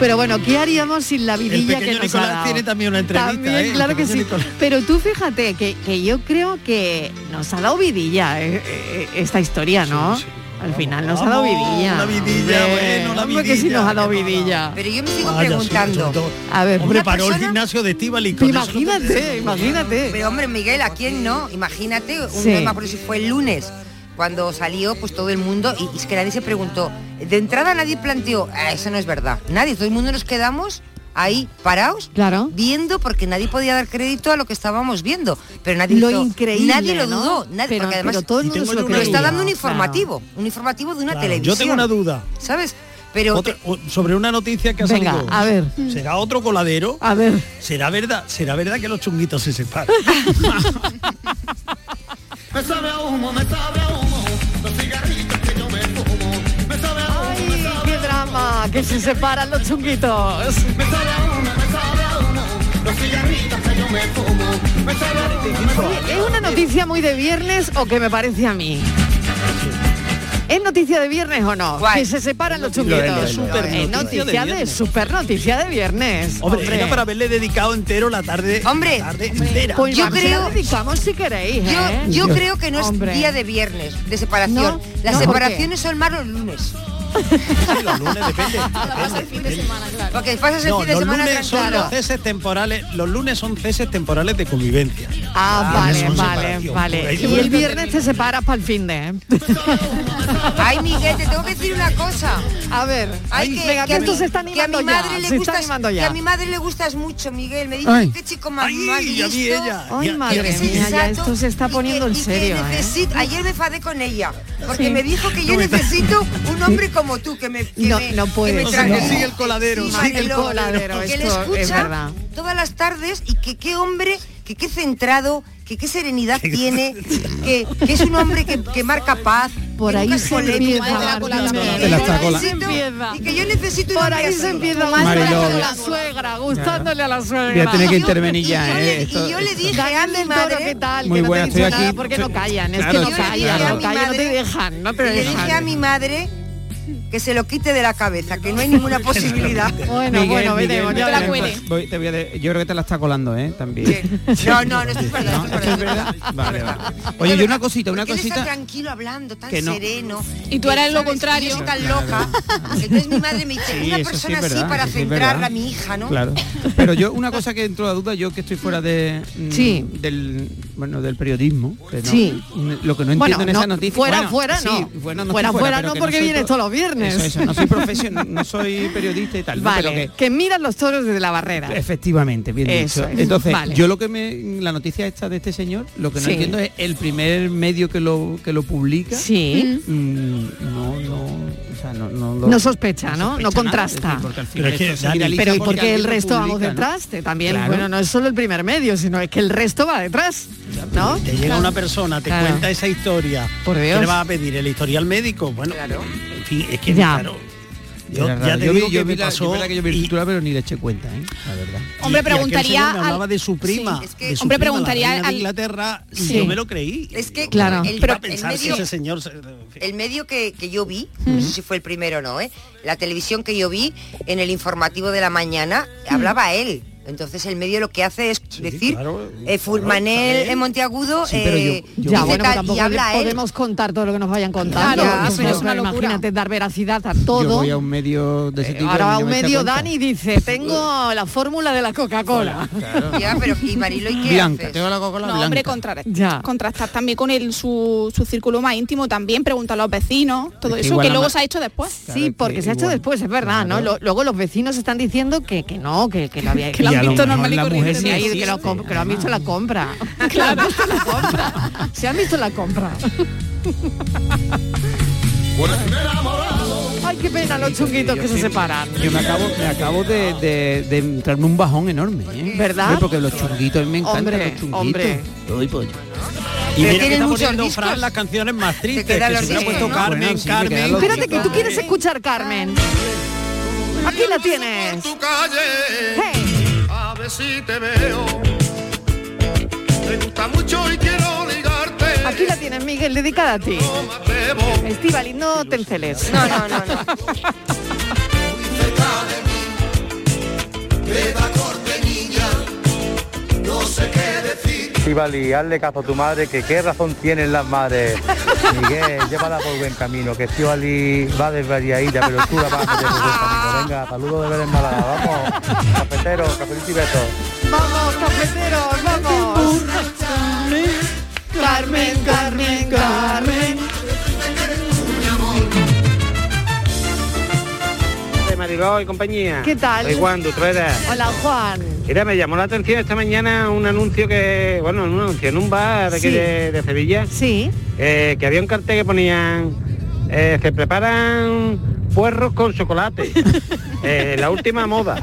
Speaker 9: Pero bueno, ¿qué haríamos sin la vidilla que
Speaker 11: pequeño
Speaker 9: nos
Speaker 11: Nicolás
Speaker 9: ha dado?
Speaker 11: tiene también una entrevista,
Speaker 9: También,
Speaker 11: ¿eh? El
Speaker 9: claro que sí.
Speaker 11: pequeño Nicolás.
Speaker 9: Pero tú fíjate que, que yo creo que nos ha dado vidilla eh, eh, esta historia, ¿no? Al final nos ha dado
Speaker 11: Vamos,
Speaker 9: vidilla.
Speaker 11: una vidilla, bueno, la
Speaker 9: Porque sí
Speaker 11: vidilla,
Speaker 9: nos ha dado vidilla.
Speaker 10: Pero yo me sigo
Speaker 11: Vaya, Ah, sí,
Speaker 10: preguntando.
Speaker 11: sobre todo.
Speaker 9: A ver,
Speaker 11: Hombre,
Speaker 9: una
Speaker 11: paró el
Speaker 9: persona-
Speaker 11: gimnasio de Estíbaliz con eso no te
Speaker 9: imagínate, imagínate.
Speaker 10: Pero hombre, Miguel, ¿a quién no? Imagínate, un
Speaker 9: Sí.
Speaker 10: no me acuerdo si fue el lunes, cuando salió pues todo el mundo y, y es que nadie se preguntó. De entrada nadie planteó, "Ah, eso no es verdad. Nadie, todo el mundo nos quedamos ahí parados,
Speaker 9: Claro.
Speaker 10: viendo porque nadie podía dar crédito a lo que estábamos viendo. Pero nadie
Speaker 9: Lo
Speaker 10: hizo-
Speaker 9: increíble,
Speaker 10: nadie lo
Speaker 9: ¿no?
Speaker 10: dudó, nadie,
Speaker 9: Pero-
Speaker 10: porque además
Speaker 9: pero todo el Y mundo tengo se lo yo una
Speaker 10: lo está
Speaker 9: duda,
Speaker 10: dando un
Speaker 9: claro.
Speaker 10: informativo, un informativo de una
Speaker 11: Claro,
Speaker 10: televisión.
Speaker 11: Yo tengo una duda.
Speaker 10: ¿Sabes? Pero
Speaker 11: Otra- o- sobre una noticia que ha
Speaker 9: Venga,
Speaker 11: salido.
Speaker 9: a ver.
Speaker 11: ¿Será otro coladero?
Speaker 9: A ver.
Speaker 11: ¿Será verdad? ¿Será verdad que los chunguitos se separan?
Speaker 14: Me sabe a humo, me sabe a humo, los cigarritos que yo me fumo. Me sabe a humo, me sabe
Speaker 9: ¡Qué drama! Que se separan los chunguitos.
Speaker 14: a humo, los cigarritos que yo me fumo. Me sabe a humo, me sabe
Speaker 9: ¿Es una noticia muy de viernes o que me parece a mí? ¿Es noticia de viernes o no?
Speaker 10: ¿Cuál?
Speaker 9: Que se separan los
Speaker 11: Lo es, lo
Speaker 9: chunguitos.
Speaker 11: es, lo es. Súper noticia
Speaker 9: Eh,
Speaker 11: de
Speaker 9: noticia de,
Speaker 11: viernes.
Speaker 9: super noticia de viernes.
Speaker 11: Hombre, era para haberle dedicado entero la tarde.
Speaker 10: Hombre,
Speaker 11: la tarde entera.
Speaker 9: Pues
Speaker 10: Yo
Speaker 9: yo creo
Speaker 10: creo-
Speaker 9: dedicamos si queréis.
Speaker 10: Yo,
Speaker 9: ¿eh?
Speaker 10: yo
Speaker 11: Dios.
Speaker 10: creo que no es
Speaker 9: Hombre.
Speaker 10: día de viernes, de separación.
Speaker 9: No,
Speaker 10: Las
Speaker 9: no, ¿por qué?
Speaker 10: separaciones son más los lunes.
Speaker 11: Los lunes depende.
Speaker 10: Porque pasas el
Speaker 11: No,
Speaker 10: fin de
Speaker 11: los
Speaker 10: semana
Speaker 11: lunes son
Speaker 10: tranquilo.
Speaker 11: los ceses temporales. Los lunes son ceses temporales de convivencia. Ah,
Speaker 9: Ah, vale,
Speaker 11: son
Speaker 9: vale,
Speaker 11: separación.
Speaker 9: vale.
Speaker 11: Ahí se
Speaker 9: Y
Speaker 11: puede
Speaker 9: el viernes te separas para el fin de. ¿eh?
Speaker 10: Ay, Miguel, te tengo que decir una cosa.
Speaker 9: A ver,
Speaker 10: Ay, que, que a
Speaker 9: venga, que esto
Speaker 10: mi-
Speaker 9: se está
Speaker 10: que a
Speaker 9: animando
Speaker 10: mi madre
Speaker 9: ya.
Speaker 10: le
Speaker 9: Se está
Speaker 10: gustas,
Speaker 9: animando
Speaker 10: que a
Speaker 9: ya.
Speaker 10: mi madre le gustas mucho, Miguel. Me dice
Speaker 9: Ay.
Speaker 10: este chico más,
Speaker 11: Ay,
Speaker 10: más
Speaker 11: y a mí
Speaker 10: listo,
Speaker 11: ella.
Speaker 9: Ay,
Speaker 11: Ya-
Speaker 9: madre
Speaker 11: ya-
Speaker 9: mía, ya
Speaker 10: sensato
Speaker 9: esto se está poniendo en
Speaker 10: y que
Speaker 9: serio. ¿eh?
Speaker 10: necesito- Ayer me fadé con ella, porque
Speaker 9: Sí.
Speaker 10: me dijo que yo
Speaker 9: No me-
Speaker 10: necesito un hombre como tú, que me que
Speaker 9: No,
Speaker 10: me-
Speaker 9: no
Speaker 10: que me
Speaker 9: puede ser.
Speaker 10: traiga-
Speaker 9: O sea, que sigue
Speaker 11: el coladero,
Speaker 10: Sí,
Speaker 9: sigue el
Speaker 10: Mariló,
Speaker 9: coladero,
Speaker 10: Que le
Speaker 9: esto es
Speaker 10: escucha
Speaker 9: verdad.
Speaker 10: todas las tardes y que qué hombre, que qué centrado, que qué serenidad tiene, que, que es un hombre que, que marca paz.
Speaker 9: Por
Speaker 10: que
Speaker 9: ahí
Speaker 10: nunca es
Speaker 9: se
Speaker 10: polémico.
Speaker 9: empieza,
Speaker 10: Y
Speaker 9: Martínez.
Speaker 10: yo
Speaker 9: Por ahí se
Speaker 10: necesito-
Speaker 9: empieza.
Speaker 10: Y que yo necesito
Speaker 9: Por
Speaker 10: una
Speaker 9: ahí
Speaker 10: amiga
Speaker 9: se
Speaker 10: así.
Speaker 9: empieza más
Speaker 15: Mariló.
Speaker 9: con la suegura, gustándole a la suegra.
Speaker 15: Voy a tener que
Speaker 9: Y yo-
Speaker 15: intervenir ya,
Speaker 9: y yo
Speaker 15: ¿eh?
Speaker 9: le-
Speaker 15: Esto-
Speaker 9: Y yo le dije a mi madre ¿qué tal,
Speaker 15: Muy
Speaker 9: que no
Speaker 15: buena,
Speaker 9: te he dicho
Speaker 15: estoy aquí.
Speaker 9: nada porque no callan, es que
Speaker 15: Claro,
Speaker 9: no
Speaker 15: estoy-
Speaker 9: callan,
Speaker 15: claro.
Speaker 9: no callan, no te dejan, no te
Speaker 10: Y le
Speaker 9: dejan.
Speaker 10: dije a mi madre que se lo quite de la cabeza, que no hay ninguna posibilidad.
Speaker 9: bueno,
Speaker 15: Miguel,
Speaker 9: bueno,
Speaker 15: Miguel,
Speaker 9: veremos, ya
Speaker 15: voy-
Speaker 9: veremos.
Speaker 15: voy- te voy a de- Yo creo que te la está colando, ¿eh? También.
Speaker 10: No, no, no estoy perdida, no estoy perdida.
Speaker 15: Vale, vale. Oye, yo
Speaker 9: ah,
Speaker 15: una cosita, una
Speaker 10: Porque él está
Speaker 15: cosita.
Speaker 10: tranquilo hablando, tan
Speaker 15: que no.
Speaker 10: sereno.
Speaker 13: Y tú eras lo
Speaker 10: ¿sabes?
Speaker 13: contrario.
Speaker 10: Y yo tan loca. Entonces mi madre me dice,
Speaker 15: Sí,
Speaker 10: una
Speaker 15: eso sí
Speaker 10: persona
Speaker 15: es
Speaker 10: así
Speaker 15: verdad,
Speaker 10: para
Speaker 15: eso sí es
Speaker 10: centrarla a
Speaker 15: verdad.
Speaker 10: mi hija, ¿no?
Speaker 15: Claro. Pero yo una cosa que entró a duda, yo que estoy fuera de mm,
Speaker 9: Sí.
Speaker 15: del bueno, del periodismo, pero
Speaker 9: Sí.
Speaker 15: n- lo que no entiendo en
Speaker 9: no,
Speaker 15: esa noticia.
Speaker 9: fuera,
Speaker 15: bueno,
Speaker 9: fuera,
Speaker 15: sí,
Speaker 9: no.
Speaker 15: bueno, no
Speaker 9: fuera,
Speaker 15: estoy
Speaker 9: fuera,
Speaker 15: pero
Speaker 9: no,
Speaker 15: que
Speaker 9: porque
Speaker 15: soy
Speaker 9: vienes
Speaker 15: pro-
Speaker 9: todos los viernes.
Speaker 15: Eso, eso, no soy profesional, no soy periodista y tal, ¿no?
Speaker 9: Vale,
Speaker 15: pero que
Speaker 9: que... miran los toros desde la barrera.
Speaker 15: Efectivamente, bien
Speaker 9: Eso
Speaker 15: dicho.
Speaker 9: es,
Speaker 15: Entonces,
Speaker 9: vale.
Speaker 15: yo lo que me la noticia esta de este señor, lo que no
Speaker 9: Sí.
Speaker 15: entiendo es el primer medio que lo que lo publica.
Speaker 9: Sí.
Speaker 15: Mm, no, no, o sea, no, no, lo-
Speaker 9: No sospecha, ¿no? No
Speaker 15: nada, es
Speaker 9: contrasta.
Speaker 15: decir, porque al fin
Speaker 9: Pero
Speaker 15: esto se viraliza
Speaker 9: ¿y
Speaker 15: porque
Speaker 9: por qué el
Speaker 15: alguien lo
Speaker 9: resto vamos
Speaker 15: publica, ¿no?
Speaker 9: detrás? Te- También,
Speaker 15: Claro.
Speaker 9: bueno, no es solo el primer medio, sino es que el resto va detrás, ¿no?
Speaker 11: Te llega una persona, te
Speaker 9: Claro.
Speaker 11: cuenta esa historia.
Speaker 9: Por
Speaker 11: ¿qué
Speaker 9: Dios.
Speaker 11: le vas a pedir? ¿El historial médico? Bueno, en fin, es que
Speaker 15: Ya.
Speaker 11: claro. Yo
Speaker 15: Era
Speaker 11: ya
Speaker 15: raro.
Speaker 11: te
Speaker 15: Yo vi-
Speaker 11: digo
Speaker 15: yo
Speaker 11: que
Speaker 15: vi
Speaker 11: me
Speaker 15: la- yo
Speaker 11: pasó.
Speaker 15: verdad que yo vi el titular, pero ni le eché cuenta, ¿eh? La verdad.
Speaker 13: Hombre,
Speaker 11: y aquel
Speaker 13: preguntaría
Speaker 11: señor me
Speaker 13: al-
Speaker 11: hablaba de su prima.
Speaker 13: Sí, es que-
Speaker 11: de su
Speaker 13: Hombre,
Speaker 11: prima, la
Speaker 13: preguntaría
Speaker 11: reina de
Speaker 13: al-
Speaker 11: Inglaterra. y
Speaker 13: Sí.
Speaker 11: Yo me lo creí.
Speaker 10: Es que
Speaker 11: Claro.
Speaker 10: el,
Speaker 11: Pero
Speaker 10: el
Speaker 11: pensar si
Speaker 10: medio,
Speaker 11: ese señor se-
Speaker 10: el medio que, que yo vi, no sé si fue el primero o no, ¿eh? la televisión que yo vi en el informativo de la mañana,
Speaker 13: Mm.
Speaker 10: hablaba él. Entonces el medio lo que hace es decir, eh, Fulmanel
Speaker 9: sabe.
Speaker 10: en Monteagudo,
Speaker 9: Sí, pero
Speaker 10: eh,
Speaker 9: Ya,
Speaker 10: dice
Speaker 9: bueno,
Speaker 10: tal, y
Speaker 9: tampoco le
Speaker 10: habla él.
Speaker 9: podemos contar todo lo que nos vayan contando.
Speaker 10: Claro,
Speaker 9: Eso
Speaker 10: pero es
Speaker 9: no,
Speaker 10: una locura.
Speaker 9: Imagínate dar veracidad a
Speaker 15: Yo
Speaker 9: todo. Eh,
Speaker 15: voy a un medio de ese tipo.
Speaker 9: Ahora
Speaker 15: y
Speaker 9: va
Speaker 15: no
Speaker 9: un
Speaker 15: me eché
Speaker 9: medio
Speaker 15: cuenta.
Speaker 9: Dani y dice, tengo la fórmula de la Coca-Cola.
Speaker 10: Ya, pero ¿y Marilo y qué
Speaker 15: Blanca,
Speaker 10: haces?
Speaker 15: tengo la Coca-Cola
Speaker 13: No,
Speaker 15: blanca.
Speaker 13: hombre, contra-
Speaker 15: Ya.
Speaker 13: contrastar también con el, su, su círculo más íntimo también, preguntar a los vecinos, todo
Speaker 9: que
Speaker 13: eso,
Speaker 9: igual
Speaker 13: que
Speaker 9: la
Speaker 13: luego
Speaker 9: ma-
Speaker 13: se ha hecho después.
Speaker 9: Sí, porque se ha hecho después, es verdad, ¿no? Lo- luego los vecinos están diciendo que, que no, que, que lo había
Speaker 15: Que lo han Y a lo visto mejor normal y la corriente, mujer ni
Speaker 9: Ahí, que,
Speaker 15: existe,
Speaker 9: lo, com- que lo han visto en la compra. Claro. Se han visto en la compra. Ay, qué pena los chunguitos que se separan.
Speaker 15: Yo me acabo, me acabo de, de- de entrarme un bajón enorme, ¿eh?
Speaker 9: ¿Verdad?
Speaker 15: Hombre, porque los chunguitos, a mí me encantan
Speaker 9: Hombre,
Speaker 15: los chunguitos.
Speaker 9: hombre.
Speaker 15: Uy, pollo.
Speaker 11: Y mira que
Speaker 9: tienen
Speaker 11: está
Speaker 9: muchos
Speaker 11: poniendo
Speaker 9: discos.
Speaker 11: Fran las canciones más tristes. Que
Speaker 9: quedan
Speaker 11: se
Speaker 9: los
Speaker 11: hubiera
Speaker 9: discos,
Speaker 11: puesto
Speaker 9: ¿no?
Speaker 11: Carmen,
Speaker 15: Bueno, sí, me
Speaker 11: Carmen.
Speaker 15: quedan los
Speaker 9: Espérate, que tú quieres escuchar Carmen. Aquí la tienes.
Speaker 16: A ver si te veo. Te gusta mucho y quiero ligarte.
Speaker 9: Aquí la tienes, Miguel, dedicada a ti. Estivali, no te enceles.
Speaker 16: No, no, no, Queda corte, niña. No sé qué decir.
Speaker 4: Estivali, hazle caso a tu madre, que qué razón tienen las madres. Miguel, llévala por buen camino, que Estivali va desvariadita, pero tú la vas a meter por buen camino. Venga, saludos de ver en Málaga, vamos. Cafetero, cafelito y besos.
Speaker 9: Vamos, cafeteros, vamos. Carmen, Carmen, Carmen.
Speaker 5: de Mariló y compañía.
Speaker 9: ¿Qué tal?
Speaker 5: Soy Juan Dutrueda.
Speaker 9: Hola, Juan.
Speaker 5: Mira, me llamó la atención esta mañana un anuncio que, bueno, un anuncio en un bar de, aquí
Speaker 9: Sí.
Speaker 5: de, de Sevilla. eh,
Speaker 9: Sí.
Speaker 5: que había un cartel que ponían, eh, se preparan puerros con chocolate. Eh, la última moda.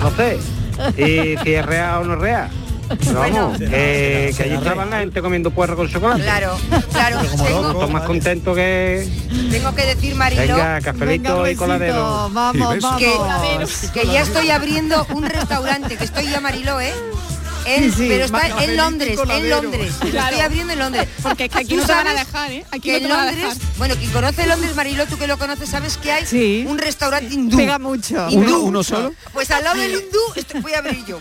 Speaker 5: No sé si, si es real o no es real. Pero vamos, que, que allí estaban la gente comiendo puerros con chocolate.
Speaker 10: Claro, claro. Tengo,
Speaker 5: Estoy más contento que...
Speaker 10: tengo que decir, Marilo,
Speaker 5: Venga, cafelito y coladero.
Speaker 9: Vamos,
Speaker 10: que, que ya estoy abriendo un restaurante, que estoy ya Mariló, ¿eh? En-
Speaker 9: Sí, sí,
Speaker 10: pero está
Speaker 9: Macarena
Speaker 10: en Londres, en
Speaker 13: Picoladero.
Speaker 10: Londres. Lo
Speaker 13: Claro.
Speaker 10: Estoy abriendo en Londres.
Speaker 13: Porque es que aquí
Speaker 10: ¿Tú
Speaker 13: no te van a
Speaker 10: sabes
Speaker 13: dejar, ¿eh? Aquí
Speaker 10: que
Speaker 13: no
Speaker 10: en
Speaker 13: te van a
Speaker 10: Londres,
Speaker 13: dejar.
Speaker 10: bueno, quien conoce Londres, Mariló, tú que lo conoces, sabes que hay
Speaker 9: Sí.
Speaker 10: un restaurante hindú.
Speaker 9: Pega mucho.
Speaker 10: Hindú.
Speaker 15: ¿Uno, uno solo?
Speaker 10: Pues al lado del hindú esto voy a abrir yo.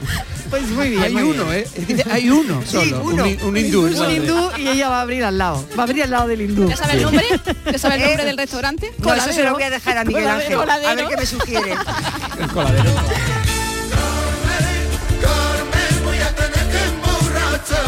Speaker 9: Pues muy bien.
Speaker 15: Hay
Speaker 9: muy bien.
Speaker 15: uno, ¿eh? Dice, Hay uno
Speaker 9: Sí,
Speaker 15: solo.
Speaker 9: uno.
Speaker 15: Un, hi- un hindú.
Speaker 9: Un
Speaker 15: ¿sabes?
Speaker 9: hindú y ella va a abrir al lado. Va a abrir al lado del hindú.
Speaker 13: ¿Ya sabe el nombre? ¿Ya sabe el nombre del restaurante?
Speaker 10: No, eso se lo voy a dejar a Miguel Ángel.
Speaker 13: Coladero,
Speaker 10: A ver
Speaker 13: coladero.
Speaker 10: qué me sugiere.
Speaker 15: El coladero.
Speaker 16: Voy a tener que emborracharme.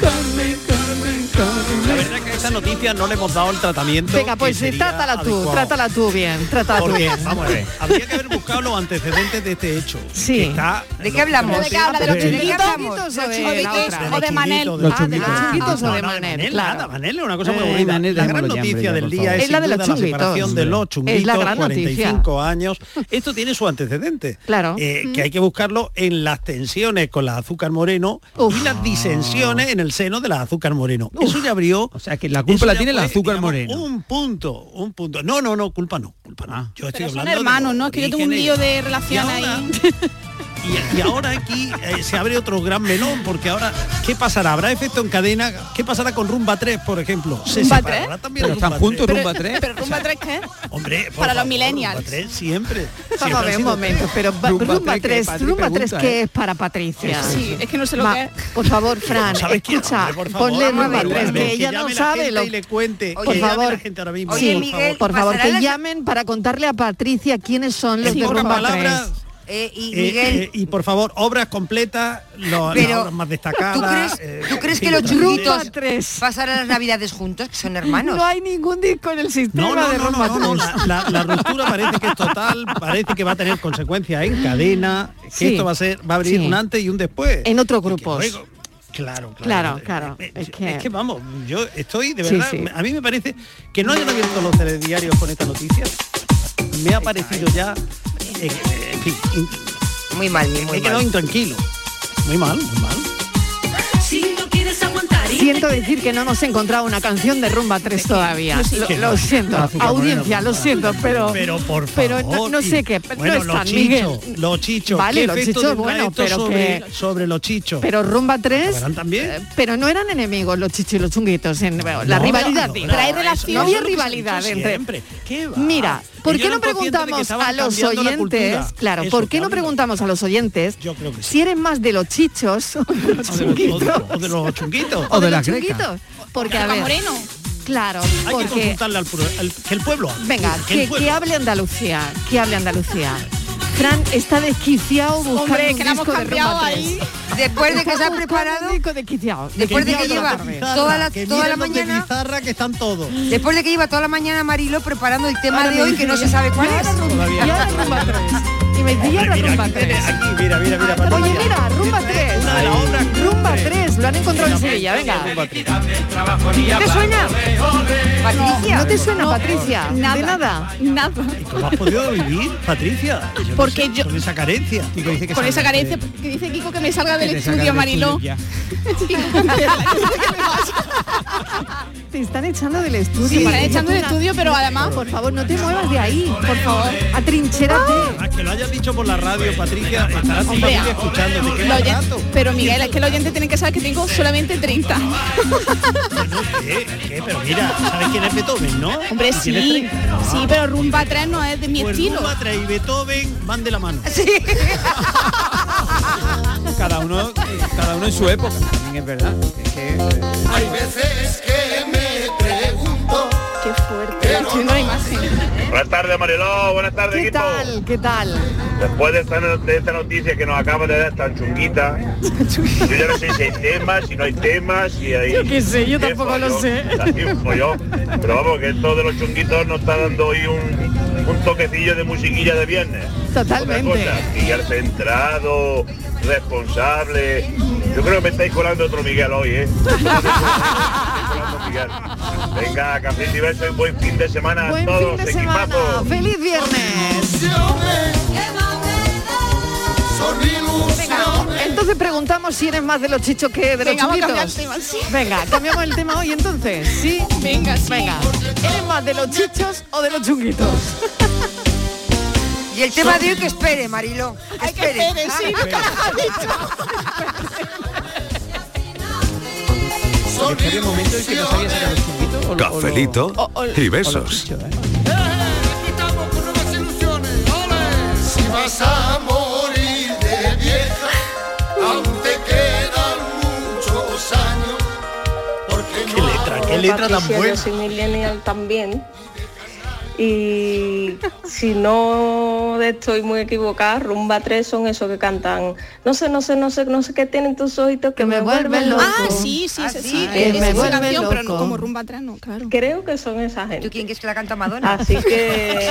Speaker 15: Carmen, Carmen, Carmen.
Speaker 11: La verdad es que esa noticia hostia, no le hemos dado el tratamiento.
Speaker 9: Venga,
Speaker 11: que
Speaker 9: pues sí,
Speaker 11: sería
Speaker 9: trátala tú,
Speaker 11: adecuado.
Speaker 9: trátala tú bien, trátala tú
Speaker 11: Porque,
Speaker 9: bien.
Speaker 11: vamos a ver, habría que haber buscado los antecedentes de este hecho.
Speaker 9: Sí.
Speaker 11: que está-
Speaker 9: ¿De qué hablamos?
Speaker 13: ¿De qué habla? ¿De los
Speaker 11: Sí.
Speaker 13: chunguitos?
Speaker 9: hablamos?
Speaker 13: ¿O
Speaker 9: Sí,
Speaker 13: de
Speaker 9: la
Speaker 13: qué?
Speaker 9: otra.
Speaker 13: ¿O de Manel?
Speaker 11: Los
Speaker 13: Ah, de
Speaker 11: chunguitos.
Speaker 13: los chunguitos
Speaker 9: o de Manel, claro.
Speaker 11: nada, Manel es una cosa muy
Speaker 9: Eh,
Speaker 11: bonita.
Speaker 9: Manel,
Speaker 11: la gran
Speaker 9: dejémoslo ya,
Speaker 11: noticia
Speaker 9: hombre,
Speaker 11: del
Speaker 9: ya, por
Speaker 11: día es,
Speaker 9: favor. Es la
Speaker 11: sin
Speaker 9: de
Speaker 11: duda,
Speaker 9: los
Speaker 11: la
Speaker 9: chunguitos.
Speaker 11: separación de los chunguitos,
Speaker 9: Es la gran noticia.
Speaker 11: 45 años. Esto tiene su antecedente,
Speaker 9: Claro. Mm.
Speaker 11: eh, que hay que buscarlo en las tensiones con la azúcar moreno y las disensiones en el seno de la azúcar moreno. Eso ya abrió... O sea, que
Speaker 15: La culpa la tiene el azúcar moreno.
Speaker 11: Un punto, un punto. No, no, no, culpa no, culpa no. Yo estoy
Speaker 13: Pero son
Speaker 11: hablando de
Speaker 13: hermanos,
Speaker 11: los
Speaker 13: ¿no? Es que yo tengo un
Speaker 11: orígenes.
Speaker 13: lío de relación
Speaker 11: Y ahora-
Speaker 13: ahí.
Speaker 11: y ahora aquí eh, se abre otro gran melón, porque ahora, ¿qué pasará? ¿Habrá efecto en cadena? ¿Qué pasará con Rumba 3, por ejemplo? ¿Se
Speaker 13: ¿Rumba
Speaker 11: separará
Speaker 13: 3?
Speaker 11: también
Speaker 15: Pero
Speaker 11: Rumba
Speaker 15: están juntos,
Speaker 11: 3?
Speaker 15: Rumba 3.
Speaker 13: ¿Pero rumba 3 qué?
Speaker 11: Hombre, por
Speaker 13: Para los
Speaker 11: favor,
Speaker 13: millennials.
Speaker 11: Rumba 3 siempre.
Speaker 9: Vamos a ver, un momento, pero ba-
Speaker 11: Rumba
Speaker 9: Rumba
Speaker 11: tres, que
Speaker 9: 3,
Speaker 11: Patri
Speaker 9: Rumba 3,
Speaker 11: pregunta,
Speaker 9: ¿qué
Speaker 11: ¿eh?
Speaker 9: es para Patricia?
Speaker 13: Sí, es que no sé lo que es.
Speaker 9: Por favor, Fran,
Speaker 11: ¿Sabes quién?
Speaker 9: escucha,
Speaker 11: Hombre, por favor,
Speaker 9: ponle
Speaker 11: vamos a
Speaker 9: Rumba
Speaker 11: ver,
Speaker 9: 3,
Speaker 11: que
Speaker 9: que ella
Speaker 11: llame
Speaker 9: no
Speaker 11: la
Speaker 9: sabe
Speaker 11: gente
Speaker 9: lo
Speaker 11: y le cuente,
Speaker 9: Por
Speaker 11: que llame
Speaker 9: favor,
Speaker 11: la gente ahora mismo.
Speaker 9: Sí,
Speaker 11: Oye, Miguel,
Speaker 9: por favor,
Speaker 11: ¿pasará
Speaker 9: que
Speaker 11: la-
Speaker 9: llamen para contarle a Patricia quiénes son los
Speaker 11: Sí,
Speaker 9: de
Speaker 11: pocas
Speaker 9: Rumba
Speaker 11: palabras.
Speaker 9: 3.
Speaker 10: y
Speaker 11: Eh,
Speaker 10: Miguel,
Speaker 11: eh, y por favor, obras completas, lo- las
Speaker 10: Pero,
Speaker 11: obras más destacadas. eh,
Speaker 10: ¿tú crees
Speaker 11: sí,
Speaker 10: que los
Speaker 11: otras
Speaker 10: chunguitos
Speaker 11: veces.
Speaker 10: pasarán las navidades juntos, que son hermanos?
Speaker 9: No hay ningún disco en el sistema
Speaker 11: No, no,
Speaker 9: de
Speaker 11: no,
Speaker 9: Rumba
Speaker 11: no, no,
Speaker 9: 3.
Speaker 11: la, la- la ruptura parece que es total, parece que va a tener consecuencias en cadena, que
Speaker 9: Sí.
Speaker 11: esto va a ser, va a abrir
Speaker 9: Sí.
Speaker 11: un antes y un después.
Speaker 9: En otros grupos.
Speaker 11: luego- eh, Claro,
Speaker 9: Claro, claro. Es que,
Speaker 11: Es que vamos, yo estoy de
Speaker 9: Sí,
Speaker 11: verdad,
Speaker 9: sí.
Speaker 11: a mí me parece que no hayan abierto los telediarios con esta noticia. Me ha parecido ya eh, eh, en fin, in-
Speaker 10: muy mal,
Speaker 11: me he quedado intranquilo. Muy mal, muy mal. eh.
Speaker 16: Si no quieres aguantar
Speaker 9: siento decir que no hemos encontrado una canción de Rumba 3 todavía.
Speaker 11: Ah, Sí,
Speaker 9: Lo,
Speaker 11: que
Speaker 9: lo
Speaker 11: no.
Speaker 9: siento,
Speaker 11: Azúcar
Speaker 9: audiencia, lo siento, pero...
Speaker 11: Pero por
Speaker 9: pero no-
Speaker 11: favor,
Speaker 9: no
Speaker 11: y-
Speaker 9: sé qué, pero
Speaker 11: bueno,
Speaker 9: no es San
Speaker 11: los
Speaker 9: Miguel.
Speaker 11: chichos, los chichos,
Speaker 9: Vale,
Speaker 11: ¿qué
Speaker 9: los
Speaker 11: efecto
Speaker 9: chichos,
Speaker 11: tendrá
Speaker 9: bueno,
Speaker 11: esto
Speaker 9: pero
Speaker 11: sobre,
Speaker 9: que-
Speaker 11: sobre los chichos.
Speaker 9: Pero Rumba 3,
Speaker 11: ¿Acabarán también?
Speaker 9: pero no eran enemigos los chichos y los chunguitos. En, bueno, la
Speaker 11: No,
Speaker 9: rivalidad,
Speaker 11: no,
Speaker 9: digo.
Speaker 11: no, eso- eso
Speaker 9: No había
Speaker 11: es lo que se ha
Speaker 9: rivalidad
Speaker 11: dicho
Speaker 9: entre...
Speaker 11: siempre. ¿Qué va?
Speaker 9: Mira, ¿por
Speaker 11: Ellos
Speaker 9: qué no
Speaker 11: eran conscientes de que
Speaker 9: preguntamos
Speaker 11: estaban
Speaker 9: a los
Speaker 11: cambiando la
Speaker 9: oyentes?
Speaker 11: cultura.
Speaker 9: claro,
Speaker 11: Eso,
Speaker 9: ¿por qué no
Speaker 11: cambiando.
Speaker 9: preguntamos a los oyentes si eres más de los chichos o de los
Speaker 11: O Ah, de los-
Speaker 9: chunguitos?
Speaker 11: O de los chunguitos.
Speaker 9: O de los chunguitos? Porque a ver, Claro,
Speaker 11: Hay que
Speaker 9: porque
Speaker 11: consultarle al, pro- al- que el pueblo. hable.
Speaker 9: venga,
Speaker 11: el
Speaker 9: que,
Speaker 11: pueblo-
Speaker 9: que hable Andalucía, que hable Andalucía. Fran está desquiciado buscando
Speaker 13: Hombre,
Speaker 9: un
Speaker 13: que la hemos
Speaker 9: disco de
Speaker 13: cambiado
Speaker 9: Rumba
Speaker 13: ahí.
Speaker 9: 3.
Speaker 10: Después de que
Speaker 9: Está
Speaker 10: se ha
Speaker 9: buscando
Speaker 10: preparado-
Speaker 9: un disco desquiciado,
Speaker 10: Después de que
Speaker 9: desquiciado
Speaker 10: lleva
Speaker 9: toda la tarde.
Speaker 10: toda la,
Speaker 11: Que
Speaker 10: toda la
Speaker 11: miren los de
Speaker 10: mañana,
Speaker 11: Pizarra que están todos.
Speaker 10: después de que lleva toda la mañana Marilo preparando el tema
Speaker 9: Ahora
Speaker 10: de
Speaker 9: me
Speaker 10: hoy
Speaker 9: dice,
Speaker 10: que no se sabe cuál
Speaker 9: y
Speaker 10: es.
Speaker 9: ahora Rumba- y ahora Rumba 3. Y me dice, y ahora
Speaker 11: Mira,
Speaker 9: Rumba
Speaker 11: aquí,
Speaker 9: 3.
Speaker 11: tiene- aquí, mira, mira, mira. Patricia.
Speaker 9: Oye, mira, Rumba 3.
Speaker 11: Una de las obras
Speaker 9: Rumba 3, lo han encontrado en Sevilla, venga. ¿No te suena?
Speaker 10: Patricia.
Speaker 9: ¿No te suena, Patricia?
Speaker 13: nada.
Speaker 9: De nada.
Speaker 13: Nada.
Speaker 11: ¿Cómo has podido vivir, Patricia? Yo no
Speaker 13: Porque
Speaker 11: sé,
Speaker 13: yo-
Speaker 11: Con esa carencia.
Speaker 13: Con esa carencia que dice Kiko que me salga del estudio, Mariló.
Speaker 9: Te están echando del estudio.
Speaker 13: Sí, me están
Speaker 9: Patricia,
Speaker 13: echando del
Speaker 9: tú na-
Speaker 13: estudio, pero además-
Speaker 9: Por favor, no te muevas de ahí. Por favor. Atrinchérate.
Speaker 11: Además, que lo hayas dicho por la radio, Patricia, estará tu
Speaker 13: Hombre,
Speaker 11: familia escuchándote. Qué
Speaker 13: Lo oyen-
Speaker 11: barato.
Speaker 13: Pero Miguel, es que el oyente tiene que saber que tengo solamente 30.
Speaker 11: ¿Qué? ¿Qué? Pero mira, ¿sabes quién es Beethoven, no?
Speaker 13: Hombre,
Speaker 11: ¿Y
Speaker 13: sí,
Speaker 11: quién es Tren?
Speaker 13: sí, pero Rumba 3 no es de mi
Speaker 11: Pues
Speaker 13: estilo.
Speaker 11: Rumba Tres y Beethoven van de la mano.
Speaker 10: Sí.
Speaker 15: Cada uno, cada uno en su época, también es verdad. Es que, eh,
Speaker 16: Hay veces que me pregunto
Speaker 13: Qué fuerte, estoy viendo la imagen.
Speaker 17: Buenas tardes, Mariló. Buenas tardes,
Speaker 9: ¿Qué
Speaker 17: equipo.
Speaker 9: tal? ¿Qué tal?
Speaker 17: Después de esta, no- de esta noticia que nos acaba de dar tan chunguita, yo ya no sé si hay temas, si no hay temas, si hay...
Speaker 9: Yo qué sé, yo tampoco lo sé.
Speaker 17: Así fue yo. Pero vamos, que esto de los chunguitos nos está dando hoy un, un toquecillo de musiquilla de viernes.
Speaker 9: Totalmente.
Speaker 17: Miguel centrado, responsable. Yo creo que me estáis colando otro Miguel hoy, ¿eh? Venga, café y beso y buen fin de semana
Speaker 9: Buen
Speaker 17: a todos,
Speaker 9: fin de
Speaker 17: equipazo.
Speaker 9: semana. ¡Feliz viernes! Venga, entonces preguntamos si eres más de los chichos que de los
Speaker 13: Venga, vamos a cambiar
Speaker 9: chunguitos.
Speaker 13: el tema, sí.
Speaker 9: Venga, cambiamos el tema hoy entonces. Sí.
Speaker 13: Venga, sí.
Speaker 9: Venga. ¿Eres más de los chichos o de los chunguitos?
Speaker 10: Y el tema de hoy que espere, Marilo. Hay que espere,
Speaker 13: sí, nunca
Speaker 15: Después de un momento en que no sabía si era los chunguitos o los- o los-
Speaker 4: Cafelito
Speaker 15: o- o-
Speaker 4: y
Speaker 15: o los
Speaker 4: besos.
Speaker 15: chichos, ¿eh?
Speaker 16: Estamos con nuevas ilusiones ¡Ole! Si vas a morir de vieja Aún te quedan muchos años Porque
Speaker 11: Qué letra, qué letra tan
Speaker 18: Patricia,
Speaker 11: buena.
Speaker 18: Yo soy millennial también.
Speaker 19: y si no estoy muy equivocada, rumba 3 son esos que cantan. No sé, no sé, no sé, no sé qué tienen tus ojitos que, me vuelven loco.
Speaker 13: Ah, sí, sí, sí, sí,
Speaker 19: Que
Speaker 13: es
Speaker 19: me
Speaker 13: esa
Speaker 19: vuelve
Speaker 13: canción, pero
Speaker 19: loco.
Speaker 13: no como rumba atrás, no, claro.
Speaker 19: Creo que son esa gente. ¿Tú quién crees que la canta
Speaker 10: Madonna?
Speaker 19: Así que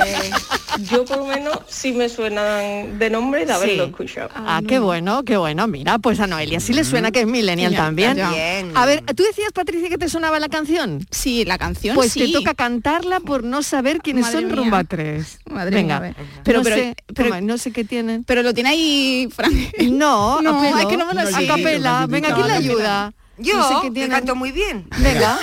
Speaker 19: yo por lo menos sí me suenan de nombre de haberlo
Speaker 9: Sí.
Speaker 19: escuchado.
Speaker 9: Ah, qué bueno, qué bueno. Mira, pues a Noelia sí le
Speaker 13: Mm.
Speaker 9: suena que es millennial
Speaker 19: Sí,
Speaker 9: también.
Speaker 19: también.
Speaker 9: A ver, ¿tú decías, Patricia, que te sonaba la canción?
Speaker 13: Sí, la canción
Speaker 9: Pues
Speaker 13: sí.
Speaker 9: te toca cantarla por no saber quiénes
Speaker 13: Madre
Speaker 9: son
Speaker 13: mía.
Speaker 9: Rumba 3.
Speaker 13: Madre
Speaker 9: Venga,
Speaker 13: mía, a ver.
Speaker 9: pero,
Speaker 13: No
Speaker 9: pero,
Speaker 13: sé, pero-
Speaker 9: toma, no sé qué tienen.
Speaker 13: Pero lo tiene ahí Frank.
Speaker 9: No, a pelo.
Speaker 13: es que no me lo
Speaker 9: A
Speaker 13: sé.
Speaker 9: capela. Venga, ¿quién le ayuda?
Speaker 10: Yo,
Speaker 9: No sé qué
Speaker 10: que
Speaker 9: tienen.
Speaker 10: canto muy bien.
Speaker 9: Venga,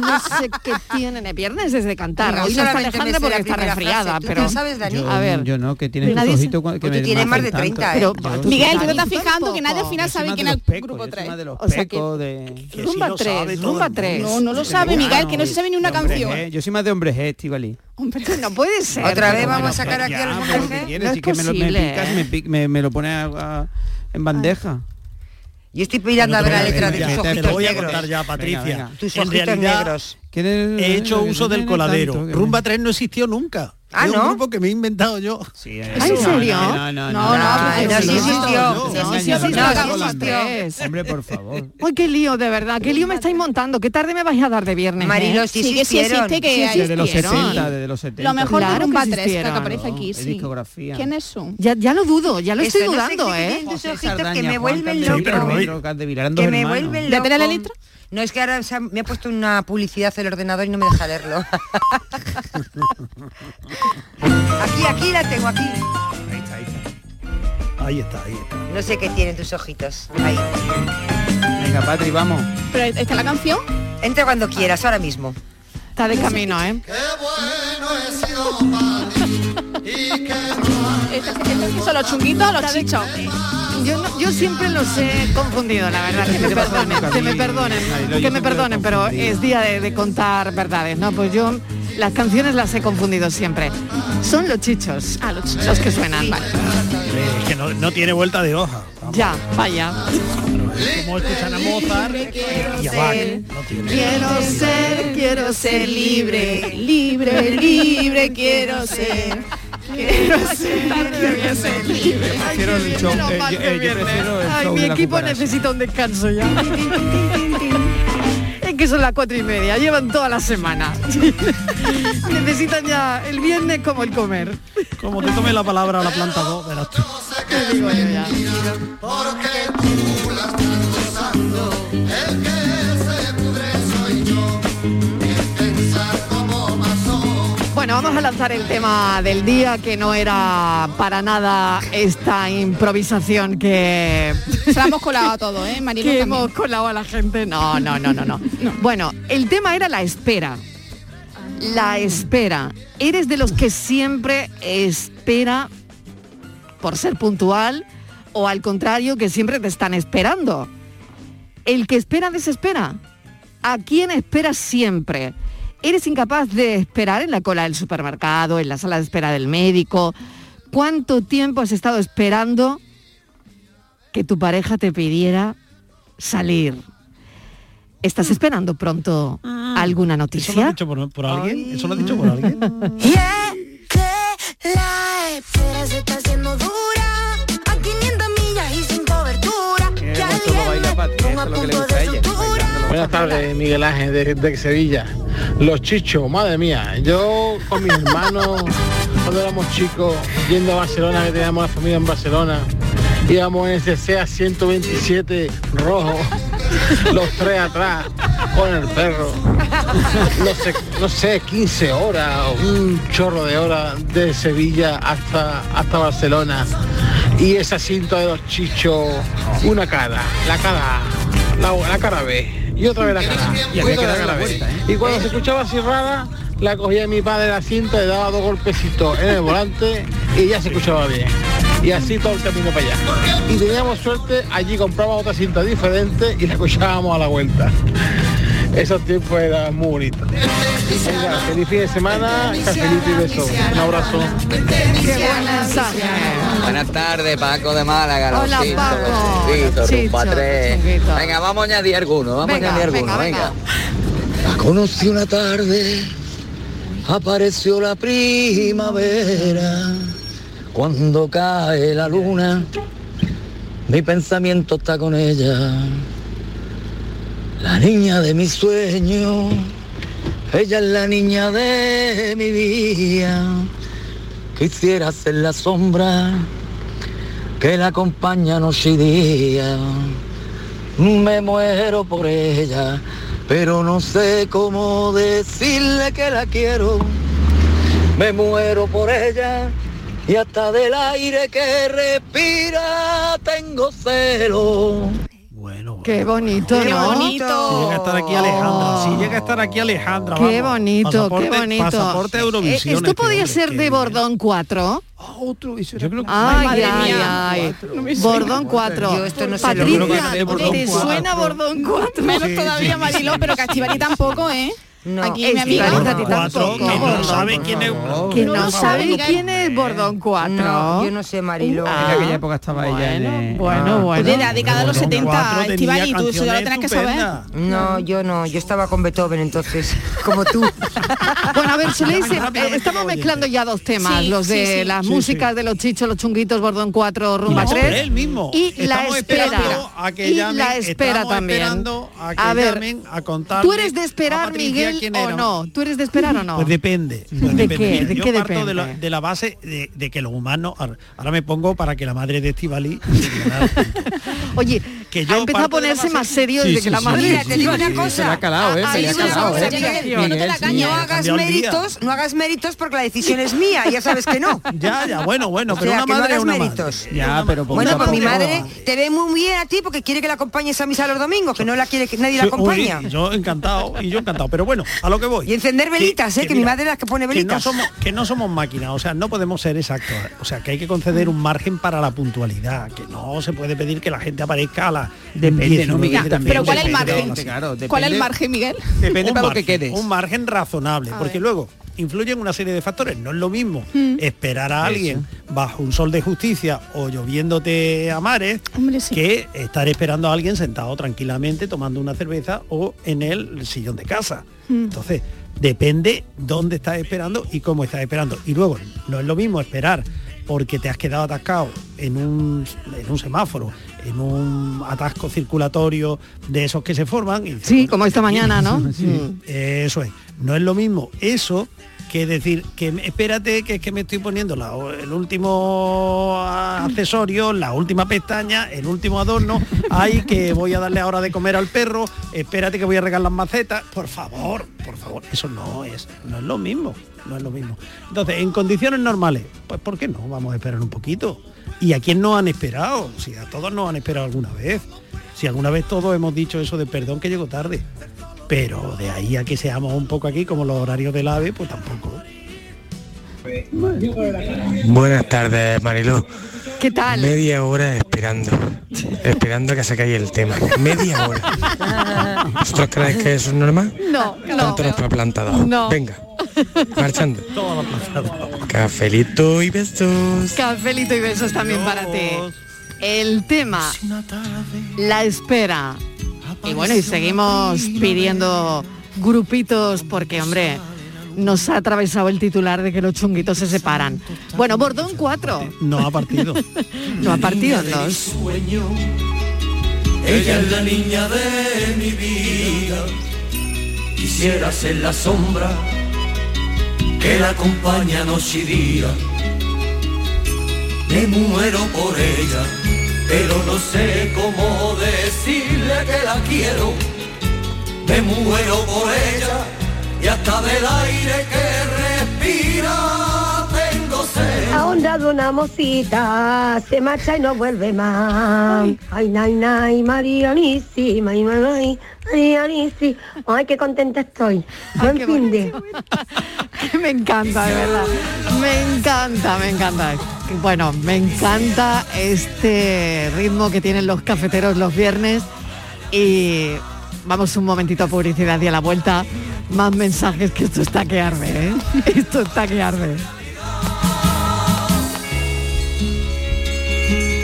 Speaker 9: no sé qué tienen el viernes desde cantar.
Speaker 10: Venga,
Speaker 9: Hoy no está
Speaker 10: solamente me
Speaker 9: Alejandra
Speaker 10: sé la
Speaker 9: porque está
Speaker 10: primera
Speaker 9: resfriada,
Speaker 10: frase. ¿Tú
Speaker 9: pero...
Speaker 10: te sabes, Dani?
Speaker 9: A ver.
Speaker 15: Yo no, que tiene
Speaker 9: Nadie
Speaker 15: tus
Speaker 9: se-
Speaker 15: ojitos que
Speaker 9: Pues tú
Speaker 15: me
Speaker 9: tienes más de
Speaker 15: marcan
Speaker 9: 30,
Speaker 15: tanto.
Speaker 9: ¿eh? Pero-
Speaker 15: Yo-
Speaker 13: Miguel, tú te
Speaker 9: Dani,
Speaker 13: estás
Speaker 9: tú
Speaker 13: fijando que nadie al final sabe quién es el grupo
Speaker 15: encima
Speaker 13: 3.
Speaker 15: de los
Speaker 13: O sea,
Speaker 15: pecos de... que
Speaker 13: Rumba
Speaker 15: sí lo
Speaker 13: 3,
Speaker 15: sabe todo
Speaker 13: Rumba
Speaker 15: el mundo.
Speaker 13: 3. No, no lo sabe, Miguel, que no se sabe ni una
Speaker 15: De hombres
Speaker 13: canción.
Speaker 15: G. ¿eh? Yo soy más de hombres G, Estivali.
Speaker 9: No puede ser.
Speaker 10: Otra vez
Speaker 9: pero
Speaker 10: vamos a
Speaker 9: bueno,
Speaker 10: sacar aquí a los
Speaker 9: ya,
Speaker 10: hombres
Speaker 9: pero
Speaker 10: G.
Speaker 9: ¿qué
Speaker 15: Quiere
Speaker 9: No es
Speaker 15: decir que me pues lo, me
Speaker 9: posible,
Speaker 15: picas,
Speaker 9: ¿eh?
Speaker 15: me, pic- me- me lo pone a- a- en bandeja.
Speaker 10: Yo estoy mirando a ver la letra de tus
Speaker 15: Te
Speaker 10: ojitos
Speaker 15: lo voy a
Speaker 10: negros.
Speaker 15: contar ya, Patricia.
Speaker 10: Venga, venga. Tus
Speaker 15: En
Speaker 10: ojitos
Speaker 15: realidad,
Speaker 10: negros.
Speaker 11: He hecho uso del coladero. Rumba 3 no existió nunca.
Speaker 10: Ah,
Speaker 11: es
Speaker 10: ¿no?
Speaker 11: un grupo que me he inventado yo.
Speaker 15: ¿en
Speaker 11: Eso no,
Speaker 15: serio?
Speaker 11: No,
Speaker 15: No,
Speaker 11: no,
Speaker 15: no,
Speaker 11: no. no,
Speaker 15: no,
Speaker 11: no,
Speaker 15: sí
Speaker 11: no,
Speaker 15: existió.
Speaker 11: no,
Speaker 15: Sí
Speaker 11: no,
Speaker 15: existió,
Speaker 11: no,
Speaker 15: porque
Speaker 11: no,
Speaker 15: lo
Speaker 11: no,
Speaker 9: hagamos
Speaker 11: no,
Speaker 9: las tres.
Speaker 15: Hombre, por favor.
Speaker 9: Ay, qué lío, de verdad, qué lío me estáis montando. ¿Qué tarde me vais a dar de viernes.
Speaker 15: Marilo,
Speaker 9: ¿eh?
Speaker 15: sí Sí, que sí
Speaker 13: existieron. existe, que hay-
Speaker 15: Desde los
Speaker 13: existieron.
Speaker 15: 70, desde los 70.
Speaker 13: Lo mejor de
Speaker 9: Claro
Speaker 13: Rumba
Speaker 9: que
Speaker 13: 3, que
Speaker 9: existieron.
Speaker 13: aparece aquí,
Speaker 15: de
Speaker 13: sí.
Speaker 15: discografía.
Speaker 13: ¿Quiénes son?
Speaker 9: Ya, ya lo dudo, ya lo
Speaker 13: Eso,
Speaker 9: estoy
Speaker 13: no sé
Speaker 9: dudando,
Speaker 13: qué
Speaker 9: ¿eh?
Speaker 13: tienen
Speaker 10: Tus ojitos
Speaker 15: Sardaña,
Speaker 10: que me
Speaker 15: Juan
Speaker 10: vuelven
Speaker 15: Candelario, Juan
Speaker 10: loco.
Speaker 15: Roca, de Vilar, eran dos
Speaker 10: Que me
Speaker 15: hermanos.
Speaker 10: vuelven loco. la letra? No, es que ahora se ha- me ha puesto una publicidad el ordenador y no me deja leerlo. aquí, aquí la tengo, aquí.
Speaker 11: Ahí está, ahí está.
Speaker 10: No sé qué tienen tus ojitos. Ahí.
Speaker 15: Venga, Patri, vamos.
Speaker 13: ¿Pero está la canción?
Speaker 10: Entra cuando quieras, ahora mismo.
Speaker 9: Está de camino, ¿eh?
Speaker 13: Este ¿Son los chunguitos o los chichos?
Speaker 9: Yo, no- yo siempre los he confundido, la verdad. Ah, Que me perdonen, que me perdonen, que me perdonen, pero es día de, de contar verdades, ¿no? Pues yo las canciones las he confundido siempre. Son los chichos,
Speaker 13: Ah,
Speaker 9: los, que suenan. Vale.
Speaker 11: Hombre, Eh, Es que no, no tiene vuelta de hoja.
Speaker 9: Ya, vaya.
Speaker 11: Como escuchan a Mozart y a Bach.
Speaker 9: ser,
Speaker 11: ¿eh? No tiene.
Speaker 9: Quiero ser, quiero ser libre, libre, libre quiero ser. Quiero ser, quiero ser libre.
Speaker 15: Prefiero el show, eh, yo- eh, yo prefiero el
Speaker 9: Ay,
Speaker 15: show
Speaker 9: mi
Speaker 15: de la
Speaker 9: equipo
Speaker 15: cucaracha.
Speaker 9: necesita un descanso ya. Es que son las cuatro y media, llevan toda la semana. Necesitan ya el viernes como el comer.
Speaker 11: Como te tome la palabra a la planta 2, verás tú.
Speaker 9: Te digo yo ya.
Speaker 14: Porque tú la estás gozando, el que se pudre soy yo. Y pensar como pasó,
Speaker 9: Bueno, vamos a lanzar el tema del día que no era para nada esta improvisación que
Speaker 13: Se la hemos colado a todo, ¿eh? Marilo
Speaker 9: que
Speaker 13: también.
Speaker 9: hemos colado a la gente. No, no, no, no, no. Bueno, el tema era la espera. La espera. Eres de los que siempre espera por ser puntual o al contrario que siempre te están esperando. El que espera desespera. ¿A quién esperas siempre? ¿Eres incapaz de esperar en la cola del supermercado, en la sala de espera del médico? ¿Cuánto tiempo has estado esperando que tu pareja te pidiera salir? ¿Estás
Speaker 20: Hmm.
Speaker 9: esperando pronto alguna
Speaker 11: ¿Eso lo has
Speaker 9: noticia?
Speaker 11: dicho por, por alguien? ¿Eso lo has dicho por alguien?
Speaker 7: Y es que la espera se está haciendo dura A 500 millas y sin cobertura Que alguien me ponga a punto de sutura
Speaker 21: Buenas tardes, Miguel Ángel de, de Sevilla. Los chichos, madre mía. Yo con mis hermanos, cuando éramos chicos, yendo a Barcelona, que teníamos la familia en Barcelona, íbamos en ese SEA 127 rojo, los tres atrás, con el perro. No sé, no sé, 15 horas, o un chorro de horas de Sevilla hasta, hasta Barcelona. Y esa cinta de los chichos, una cara, la cara A, la, la cara B y otra vez la cara A,
Speaker 15: Y había
Speaker 21: y otra
Speaker 15: que
Speaker 21: vez
Speaker 15: darle
Speaker 21: la ¿eh? cara
Speaker 15: la
Speaker 21: B.
Speaker 15: vuelta,
Speaker 21: Y cuando se escuchaba cerrada, la cogía mi padre la cinta, le daba dos golpecitos en el volante y ya se escuchaba bien. Y así todo el camino para allá. Y teníamos suerte, allí comprábamos otra cinta diferente y la escuchábamos a la vuelta. Esos tiempos eran muy bonitos. Venga, feliz fin de semana, cafelito y beso. Un abrazo.
Speaker 9: Qué buen mensaje.
Speaker 20: Buenas tardes, Paco de Málaga.
Speaker 9: Hola,
Speaker 20: los Cintos,
Speaker 9: Paco.
Speaker 20: los
Speaker 9: Los
Speaker 20: Chunguitos, Rumba
Speaker 9: Chichos,
Speaker 20: tres.
Speaker 9: los Chunguitos.
Speaker 20: Venga, vamos a añadir algunos, vamos
Speaker 9: Venga,
Speaker 20: a añadir
Speaker 9: venga,
Speaker 20: algunos, venga.
Speaker 9: venga.
Speaker 20: La conocí una tarde apareció la primavera. Cuando cae la luna, mi pensamiento está con ella. La niña de mi sueño, ella es la niña de mi día. Quisiera ser la sombra que la acompaña noche y día. Me muero por ella, pero no sé cómo decirle que la quiero. Me muero por ella y hasta del aire que respira tengo celo.
Speaker 9: Qué bonito,
Speaker 11: Qué
Speaker 9: ¿no?
Speaker 11: Si llega a estar aquí Alejandra, si llega a estar aquí Alejandra.
Speaker 9: Qué
Speaker 11: vamos.
Speaker 9: bonito,
Speaker 11: Pasaporte-
Speaker 9: qué bonito.
Speaker 11: Pasaporte a Eurovisión.
Speaker 9: Eh, Esto
Speaker 11: este
Speaker 9: podía
Speaker 11: hombre,
Speaker 9: ser
Speaker 11: qué
Speaker 9: de Bordón 4.
Speaker 11: otro Yo creo que
Speaker 9: Ay,
Speaker 11: Madre
Speaker 9: ay,
Speaker 11: mía.
Speaker 9: ay.
Speaker 11: No me suena.
Speaker 9: Bordón 4.
Speaker 11: Yo esto no sé lo que- Yo creo que
Speaker 19: Patricia,
Speaker 11: gané Bordón
Speaker 19: ¿te
Speaker 11: cuatro.
Speaker 19: suena Bordón 4? Menos
Speaker 11: Sí,
Speaker 19: todavía
Speaker 11: sí,
Speaker 19: Mariló,
Speaker 11: sí.
Speaker 19: pero Castivari tampoco, ¿eh? Aquí mi amiga.
Speaker 11: Bordón
Speaker 9: a ti
Speaker 11: cuatro,
Speaker 9: tampoco.
Speaker 11: que no
Speaker 9: Bordón
Speaker 11: sabe quién es.
Speaker 9: Que
Speaker 11: por
Speaker 9: no
Speaker 11: favor.
Speaker 9: saben quién es Bordón 4.
Speaker 10: No, yo no sé, Marilo.
Speaker 15: En aquella época estaba ella en el-
Speaker 11: Ah.
Speaker 9: Bueno, bueno.
Speaker 19: De la década de los 70, Estivali, y tú eso ya lo tenés que saber.
Speaker 10: No, yo no, yo estaba con Beethoven entonces, como tú.
Speaker 9: Bueno, a ver, soléis, eh, estamos mezclando ya dos temas,
Speaker 10: Sí,
Speaker 9: los de
Speaker 10: sí, sí.
Speaker 9: las
Speaker 10: Sí,
Speaker 9: músicas de los chichos, los chunguitos, Bordón 4, Rumba
Speaker 11: No,
Speaker 9: 3.
Speaker 11: él mismo.
Speaker 9: Y la
Speaker 11: Estamos
Speaker 9: espera.
Speaker 11: esperando a que
Speaker 9: y
Speaker 11: llamen,
Speaker 9: la espera
Speaker 11: estamos
Speaker 9: también.
Speaker 11: esperando a que
Speaker 9: ver,
Speaker 11: llamen a contarle
Speaker 9: ¿tú eres de
Speaker 11: a
Speaker 9: esperar,
Speaker 11: Patricia
Speaker 9: Miguel,
Speaker 11: quién
Speaker 9: o
Speaker 11: era.
Speaker 9: no? ¿Tú eres de esperar o no?
Speaker 11: Pues depende. pues
Speaker 9: ¿De
Speaker 11: depende.
Speaker 9: qué?
Speaker 11: Mira,
Speaker 9: ¿De
Speaker 11: yo
Speaker 9: qué
Speaker 11: parto de la,
Speaker 9: depende?
Speaker 11: de la base de, de que los humanos. ahora- Ahora me pongo para que la madre de Estivali.
Speaker 9: Oye,
Speaker 11: que
Speaker 9: Ha empezado a ponerse más serio desde que la madre
Speaker 10: Mira, te digo una cosa.
Speaker 11: Se la ha calado, ¿eh?
Speaker 10: Ah,
Speaker 11: Se le ha
Speaker 10: sí, una
Speaker 11: calado,
Speaker 10: cosa,
Speaker 11: ¿eh?
Speaker 10: Miguel,
Speaker 11: Miguel,
Speaker 10: no te la
Speaker 11: Miguel,
Speaker 10: caño,
Speaker 11: ha
Speaker 10: hagas
Speaker 11: cambiado el día.
Speaker 10: méritos, no hagas méritos porque la decisión es mía, ya sabes que no.
Speaker 11: Ya, ya, bueno, bueno,
Speaker 10: O
Speaker 11: pero
Speaker 10: sea,
Speaker 11: una
Speaker 10: que no
Speaker 11: madre es
Speaker 10: hagas
Speaker 11: una
Speaker 10: méritos.
Speaker 11: madre. Ya, pero
Speaker 10: Bueno, pues mi madre te ve muy bien a ti porque quiere que la acompañes a misa los domingos, que no la quiere que nadie la
Speaker 11: Sí, uy,
Speaker 10: acompaña.
Speaker 11: yo encantado y yo encantado, pero bueno, a lo que voy. Y
Speaker 10: encender velitas, ¿eh? Que mi madre es la que pone
Speaker 11: Que no
Speaker 10: velitas.
Speaker 11: somos, que no somos máquinas, o sea, no podemos ser exactos. O sea, que hay que conceder un margen para la puntualidad, que no se puede pedir que la gente aparezca a la
Speaker 15: Depende, ¿no, Miguel? También
Speaker 19: Pero ¿cuál es el
Speaker 11: depende,
Speaker 19: margen?
Speaker 11: depende, claro,
Speaker 19: ¿Cuál es
Speaker 11: depende-
Speaker 19: el margen, Miguel?
Speaker 11: un margen, Un margen razonable, porque luego influyen una serie de factores. No es lo mismo
Speaker 19: Mm.
Speaker 11: esperar a
Speaker 15: Eso.
Speaker 11: alguien bajo un sol de justicia o lloviéndote a mares que estar esperando a alguien sentado tranquilamente tomando una cerveza o en el sillón de casa.
Speaker 15: Mm.
Speaker 11: Entonces, depende dónde estás esperando y cómo estás esperando. Y luego, no es lo mismo esperar porque te has quedado atascado en un, en un semáforo, en un atasco circulatorio de esos que se forman. y dices,
Speaker 9: Sí,
Speaker 11: bueno,
Speaker 9: como esta mañana, ¿no? Mm.
Speaker 11: Sí. Eso es. No es lo mismo eso que decir que me- espérate que es que me estoy poniendo la- el último a- accesorio, la última pestaña, el último adorno, ay que voy a darle ahora de comer al perro, espérate que voy a regar las macetas, por favor, por favor, eso no es, no es lo mismo, no es lo mismo. Entonces, en condiciones normales, pues ¿por qué no? Vamos a esperar un poquito. ¿Y a quién nos han esperado? Si a todos nos han esperado alguna vez. Si alguna vez todos hemos dicho eso de perdón que llego tarde. Pero de ahí a que seamos un poco aquí como los horarios del AVE, pues tampoco.
Speaker 5: Buenas tardes, Mariló.
Speaker 9: ¿Qué tal?
Speaker 5: Media hora esperando, esperando que se caiga el tema. Media hora. ¿Vosotros creéis que eso es normal?
Speaker 9: No, no.
Speaker 5: Todos los plantados.
Speaker 9: No.
Speaker 5: Venga, marchando. Cafelito y besos.
Speaker 9: Cafelito y besos también para ti. El tema, la espera. Y bueno, y seguimos pidiendo grupitos porque, hombre, nos ha atravesado el titular de que los chunguitos se separan. Bueno, Bordón 4.
Speaker 11: No ha partido.
Speaker 9: no ha partido en dos.
Speaker 16: Ella es la niña de mi vida. Quisiera ser la sombra que la acompaña noche y día. Me muero por ella, pero no sé cómo decirle que la quiero. Me muero por ella y hasta del aire que respira tengo sed.
Speaker 22: A onda de una mocita se marcha y no vuelve más. Ay, nay, nay, Marianisi, may, may, may, Marianisi. Ay, qué contenta estoy. Buen fin de.
Speaker 9: Me encanta, de verdad. Me encanta, me encanta. Bueno, me encanta este ritmo que tienen los cafeteros los viernes. Y vamos un momentito a publicidad y a la vuelta. Más mensajes que esto está que arde, ¿eh? Esto está que arde.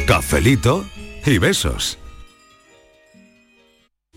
Speaker 4: Cafelito y besos.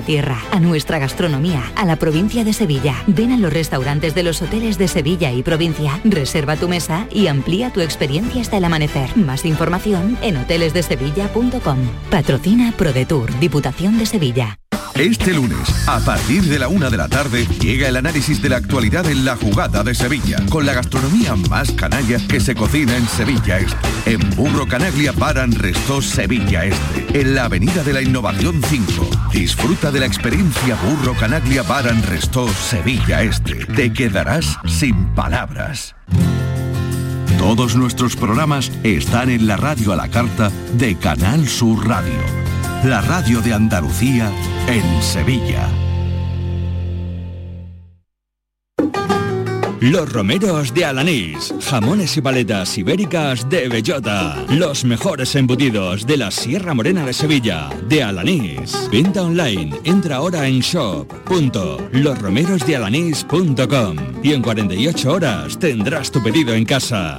Speaker 6: tierra, a nuestra gastronomía, a la provincia de Sevilla. Ven a los restaurantes de los hoteles de Sevilla y provincia, reserva tu mesa y amplía tu experiencia hasta el amanecer. Más información en hotelesdesevilla.com. Patrocina ProDetour, Diputación de Sevilla.
Speaker 4: Este lunes, a partir de la una de la tarde, llega el análisis de la actualidad en la jugada de Sevilla, con la gastronomía más canalla que se cocina en Sevilla Este. En Burro Canaglia paran Restó Sevilla Este, en la Avenida de la Innovación 5. Disfruta de la experiencia Burro Canaglia paran Restó Sevilla Este. Te quedarás sin palabras. Todos nuestros programas están en la radio a la carta de Canal Sur Radio la radio de Andalucía en Sevilla.
Speaker 23: Los romeros de Alanís, jamones y paletas ibéricas de bellota, los mejores embutidos de la Sierra Morena de Sevilla, de Alanís. Venta online, entra ahora en shop.losromerosdealanís.com y en 48 horas tendrás tu pedido en casa.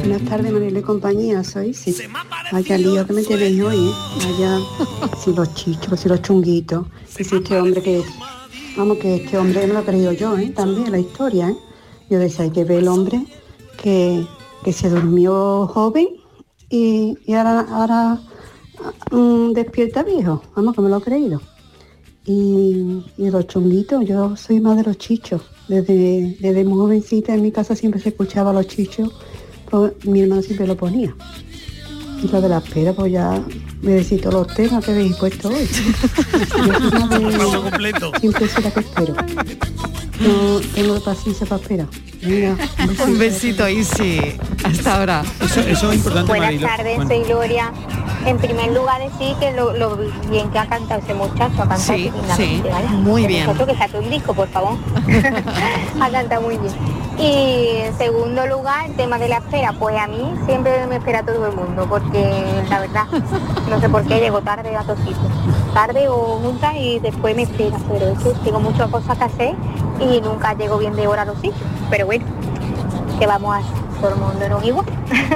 Speaker 24: Buenas tardes, María y compañía, soy sí. Vaya lío que me tenéis hoy, ¿eh? Vaya, si los chichos, si los chunguitos, y si este hombre que... Vamos, que este hombre no lo he creído yo, ¿eh? También la historia, ¿eh? Yo decía, hay que ver el hombre que, que se durmió joven y, y ahora, ahora mm, despierta viejo. Vamos, que me lo he creído. Y, y los chunguitos, yo soy más de los chichos. Desde, desde muy jovencita en mi casa siempre se escuchaba los chichos pues, mi hermano siempre lo ponía. Y lo de las peras, pues ya me decís todos los temas que habéis puesto hoy. completo. Siempre soy la que espero. No tengo paciencia para esperar. Venga,
Speaker 9: Un besito, Isi. Hasta ahora.
Speaker 15: Eso, eso es importante,
Speaker 25: Buenas
Speaker 15: Marilo.
Speaker 25: tardes,
Speaker 15: Bueno,
Speaker 25: soy Gloria. En primer lugar decir que lo, lo bien que ha cantado ese muchacho, ha cantado
Speaker 9: Sí,
Speaker 25: dignamente,
Speaker 9: sí,
Speaker 25: ¿vale?
Speaker 9: muy
Speaker 25: Que
Speaker 9: bien.
Speaker 25: Nosotros que saque un disco, por favor. ha cantado muy bien. Y en segundo lugar, el tema de la espera, pues a mí siempre me espera todo el mundo, porque la verdad, no sé por qué llego tarde a todos sitios. Tarde o nunca y después me espera, pero es que tengo muchas cosas que hacer y nunca llego bien de hora a los sitios. Pero bueno, que vamos a hacer? Todo el mundo no es igual.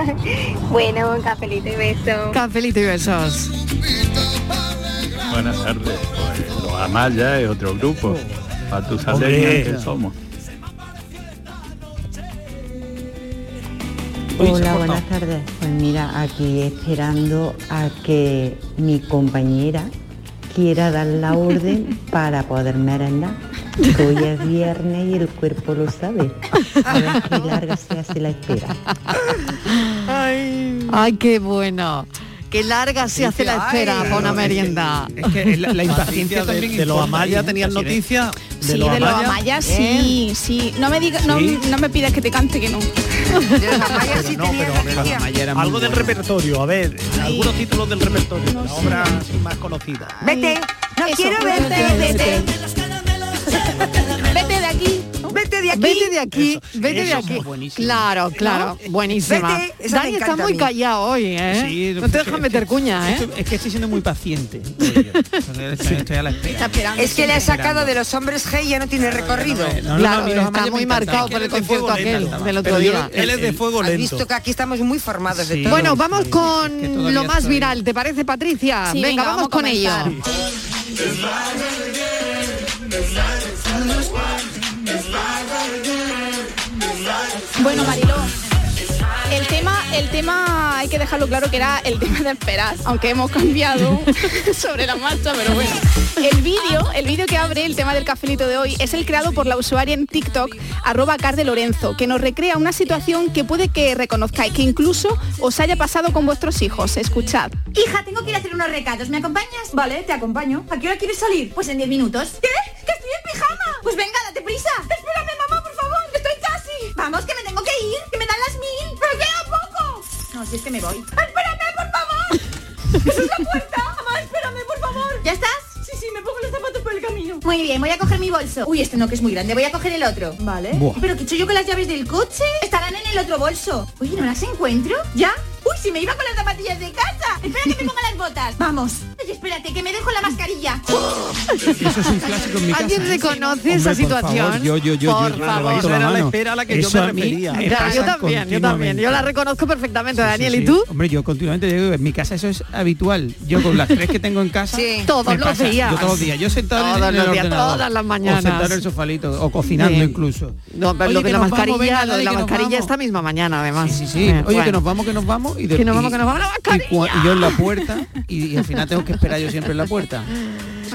Speaker 25: bueno, un cafelito y beso.
Speaker 9: Cafelito y besos.
Speaker 17: Buenas tardes. Pues, los Amaya es otro grupo. Para tus
Speaker 11: Hombre.
Speaker 17: aldeas que somos.
Speaker 26: Uy, se ha
Speaker 3: Hola,
Speaker 26: cortado.
Speaker 3: buenas tardes. Pues mira, aquí esperando a que mi compañera quiera dar la orden para poder merendar. Que Hoy es viernes y el cuerpo lo sabe. A ver qué larga se hace la espera.
Speaker 9: Ay. qué bueno. Qué larga se hace la espera para una merienda.
Speaker 15: Es que la, la impaciencia
Speaker 11: de-
Speaker 15: también
Speaker 11: de los
Speaker 15: importa,
Speaker 11: Amaya
Speaker 15: ¿eh?
Speaker 11: tenían
Speaker 15: Así es.
Speaker 11: noticias.
Speaker 13: Sí, de los Amaya, sí, sí. No me diga, no,
Speaker 11: Sí.
Speaker 13: no me pidas que te cante que no. De los Amaya sí
Speaker 11: Algo del repertorio, a ver, algunos títulos del repertorio, la obra así más conocida.
Speaker 13: Vete, no quiero verte, vete. Vete de aquí.
Speaker 10: Vete de aquí.
Speaker 9: Vete de aquí,
Speaker 11: Eso,
Speaker 9: vete de
Speaker 11: eso
Speaker 9: aquí.
Speaker 11: es buenísimo.
Speaker 9: Claro, claro,
Speaker 11: ¿No?
Speaker 9: buenísima.
Speaker 11: Vete, esa me
Speaker 9: Dani está
Speaker 11: encanta a
Speaker 9: muy
Speaker 11: mí.
Speaker 9: callado hoy, ¿eh?
Speaker 15: Sí,
Speaker 9: no te
Speaker 15: es
Speaker 9: dejas
Speaker 15: que-
Speaker 9: meter cuña, ¿eh?
Speaker 15: es que- Es que estoy siendo muy paciente. Estoy- Estoy, estoy a la espera.
Speaker 10: Es que le ha sacado
Speaker 15: Esperando.
Speaker 10: de los hombres G y ya no tiene recorrido.
Speaker 15: no, no, Claro, a mí los está Amaya me muy encantan. marcado
Speaker 9: por el concierto aquel del otro día.
Speaker 15: él es de fuego
Speaker 10: Has
Speaker 15: lento.
Speaker 10: visto que aquí estamos muy formados de todo.
Speaker 9: Bueno, vamos con
Speaker 10: todavía
Speaker 9: lo más
Speaker 10: estoy-
Speaker 9: viral, ¿te parece, Patricia?
Speaker 10: Sí,
Speaker 9: venga,
Speaker 10: venga,
Speaker 9: vamos,
Speaker 10: vamos a
Speaker 9: con ello.
Speaker 10: comenzar.
Speaker 13: Bueno, Mariló. El tema, el tema, hay que dejarlo claro que era el tema de esperar, aunque hemos cambiado sobre la marcha, pero bueno. El vídeo, el vídeo que abre el tema del cafelito de hoy es el creado por la usuaria en TikTok, arroba Car de Lorenzo, que nos recrea una situación que puede que reconozcáis, que incluso os haya pasado con vuestros hijos. Escuchad.
Speaker 19: Hija, tengo que ir a hacer unos recados. ¿Me acompañas? Vale, te acompaño. ¿A qué hora quieres salir? Pues en 10 minutos. ¿Qué? ¡Que estoy en pijama! Pues venga, date prisa. Espérame, mamá, por favor. Estoy casi. Vamos, que me tengo que ir. Que me dan las mil. Pero queda poco. No, si es que me voy. ¡Espérame, por favor! ¡Esa es la puerta! Mamá, espérame, por favor. ¿Ya estás? Sí, sí, me pongo los zapatos por el camino. Muy bien, voy a coger mi bolso. Uy, este no que es muy grande, voy a coger el otro. Vale.
Speaker 7: Buah.
Speaker 19: Pero que he hecho yo con las llaves del coche. Estarán en el otro bolso. Uy, ¿no las encuentro? ¿Ya? Uy, si me iba con las zapatillas de casa. Espera que me ponga las botas. Vamos. Oye, espérate, que me dejo la mascarilla.
Speaker 15: Eso es un clásico en mi casa.
Speaker 9: ¿Alguien
Speaker 15: ¿eh?
Speaker 9: reconoce
Speaker 15: Hombre,
Speaker 9: esa
Speaker 15: por
Speaker 9: situación?
Speaker 15: favor, yo, yo, yo, yo,
Speaker 9: Por
Speaker 15: yo
Speaker 9: favor.
Speaker 15: levanto
Speaker 11: Esa era la
Speaker 15: mano.
Speaker 11: espera a la que yo
Speaker 15: Eso
Speaker 11: me
Speaker 15: a mí
Speaker 11: refería.
Speaker 15: me
Speaker 9: Claro,
Speaker 15: pasa
Speaker 9: yo también, yo también.
Speaker 15: continuamente.
Speaker 9: Yo la reconozco perfectamente,
Speaker 15: Sí, sí,
Speaker 9: Daniel.
Speaker 15: sí.
Speaker 9: ¿Y tú?
Speaker 15: Hombre, yo continuamente digo, en mi casa eso es habitual. Yo con las tres que tengo en casa, me
Speaker 9: Todos los
Speaker 15: pasa.
Speaker 9: días.
Speaker 15: Yo todos los días. Yo sentado en-
Speaker 9: Todos
Speaker 15: en
Speaker 9: los
Speaker 15: el
Speaker 9: días,
Speaker 15: ordenador,
Speaker 9: todas las mañanas.
Speaker 15: O sentado en el sofalito, o cocinando
Speaker 9: Sí.
Speaker 15: incluso.
Speaker 9: No, pero
Speaker 15: Oye,
Speaker 9: lo de
Speaker 15: que
Speaker 9: la
Speaker 15: nos vamos,
Speaker 9: mascarilla,
Speaker 15: venga,
Speaker 9: lo
Speaker 15: dale,
Speaker 9: de la
Speaker 15: que nos
Speaker 9: mascarilla
Speaker 15: vamos.
Speaker 9: esta misma mañana, además. Sí,
Speaker 15: Sí, oye, que nos vamos, que nos vamos y de-
Speaker 9: Que nos vamos,
Speaker 15: y-
Speaker 9: que nos vamos, la
Speaker 15: y cua- y yo en la puerta y, y al final tengo que esperar yo siempre en la puerta.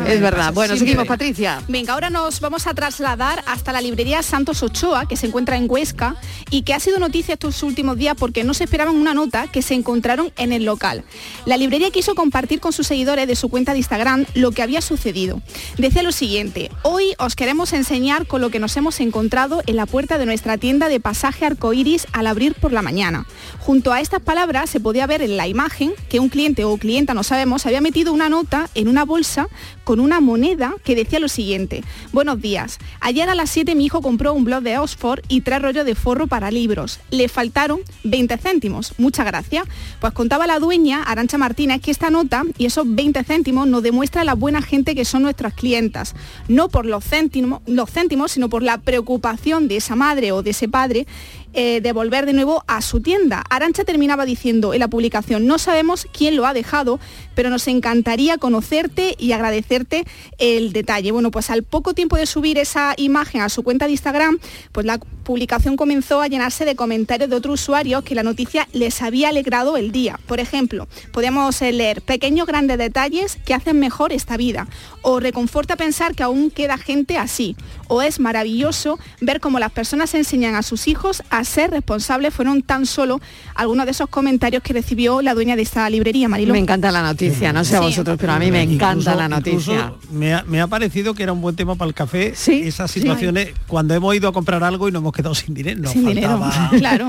Speaker 9: Es verdad. Bueno, seguimos,
Speaker 13: Siempre.
Speaker 9: Patricia.
Speaker 13: Venga, ahora nos vamos a trasladar hasta la librería Santos Ochoa, que se encuentra en Huesca y que ha sido noticia estos últimos días porque no se esperaban una nota que se encontraron en el local. La librería quiso compartir con sus seguidores de su cuenta de Instagram lo que había sucedido. Decía lo siguiente, hoy os queremos enseñar con lo que nos hemos encontrado en la puerta de nuestra tienda de pasaje arcoiris al abrir por la mañana. Junto a estas palabras se podía ver en la imagen que un cliente o clienta, no sabemos, había metido una nota en una bolsa con una moneda que decía lo siguiente. Buenos días. Ayer a las 7 mi hijo compró un blog de Oxford y tres rollos de forro para libros. Le faltaron 20 céntimos. Muchas gracias. Pues contaba la dueña, Arancha Martínez, que esta nota y esos 20 céntimos nos demuestra la buena gente que son nuestras clientas. No por los céntimos, los céntimos sino por la preocupación de esa madre o de ese padre eh, de volver de nuevo a su tienda. Arancha terminaba diciendo en la publicación, no sabemos quién lo ha dejado, pero nos encantaría conocerte y agradecerte el detalle. Bueno, pues al poco tiempo de subir esa imagen a su cuenta de Instagram, pues la publicación comenzó a llenarse de comentarios de otros usuarios que la noticia les había alegrado el día. Por ejemplo, podemos eh, leer pequeños grandes detalles que hacen mejor esta vida, o reconforta pensar que aún queda gente así, o es maravilloso ver cómo las personas enseñan a sus hijos a ser responsables. Fueron tan solo algunos de esos comentarios que recibió la dueña de esta librería, Mariló.
Speaker 9: Me encanta la noticia, no sé a
Speaker 13: Sí.
Speaker 9: vosotros, pero a mí me
Speaker 11: Incluso-
Speaker 9: encanta la
Speaker 11: incluso
Speaker 9: noticia.
Speaker 11: Me ha, me ha parecido que era un buen tema para el café. Esas situaciones, cuando hemos ido a comprar algo y nos hemos quedado sin dinero. nos
Speaker 13: Sin dinero,
Speaker 11: faltaba-
Speaker 13: claro.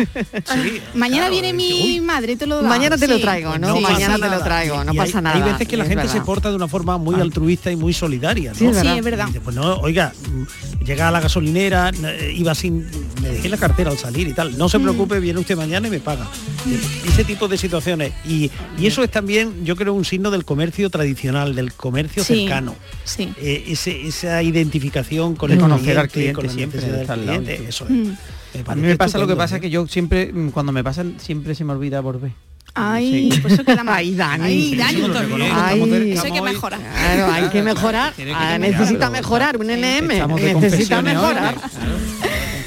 Speaker 13: Mañana viene mi madre, te lo da.
Speaker 9: Mañana te lo traigo, ¿no?
Speaker 13: Sí.
Speaker 9: Mañana
Speaker 11: pasa
Speaker 9: te lo
Speaker 11: nada.
Speaker 9: traigo, no
Speaker 11: Y hay-
Speaker 9: pasa nada.
Speaker 11: Hay veces que la
Speaker 9: Es
Speaker 11: gente se
Speaker 9: verdad. Ah.
Speaker 11: porta de una forma muy altruista y muy solidaria. ¿no?
Speaker 9: Sí, es Sí, verdad. es verdad.
Speaker 11: Y dice, pues no, oiga, mm, llega a la gasolinera, n- eh, iba sin, me dejé la cartera al salir y tal. No
Speaker 9: Mm.
Speaker 11: se preocupe, viene usted mañana y me paga. Y Ese tipo de situaciones. Y, y eso es también, yo creo, un signo del comercio tradicional, del comercio
Speaker 13: Sí,
Speaker 11: cercano.
Speaker 13: Sí.
Speaker 11: Eh, ese- esa identificación con
Speaker 15: De
Speaker 11: el
Speaker 15: conocer al
Speaker 11: cliente, con
Speaker 15: cliente siempre,
Speaker 11: la necesidad
Speaker 15: de
Speaker 11: del
Speaker 15: estar al lado y
Speaker 11: cliente,
Speaker 15: todo.
Speaker 11: eso es.
Speaker 13: Mm.
Speaker 15: A mí me pasa lo que pasa
Speaker 11: es
Speaker 15: que yo siempre, mm, cuando me pasan, siempre se me olvida volver.
Speaker 13: Ay,
Speaker 15: Sí.
Speaker 13: pues eso queda mal.
Speaker 9: Ay, Dani.
Speaker 13: Ay, Dani.
Speaker 15: Eso no lo reconozco.
Speaker 9: Ay,
Speaker 13: Eso hay que mejorar.
Speaker 9: Claro, hay que mejorar.
Speaker 15: Tiene que
Speaker 9: Ah,
Speaker 15: cambiarlo,
Speaker 9: necesita
Speaker 15: claro.
Speaker 9: mejorar un NM.
Speaker 15: Estamos de
Speaker 9: Necesita
Speaker 15: confesiones hoy,
Speaker 9: mejorar.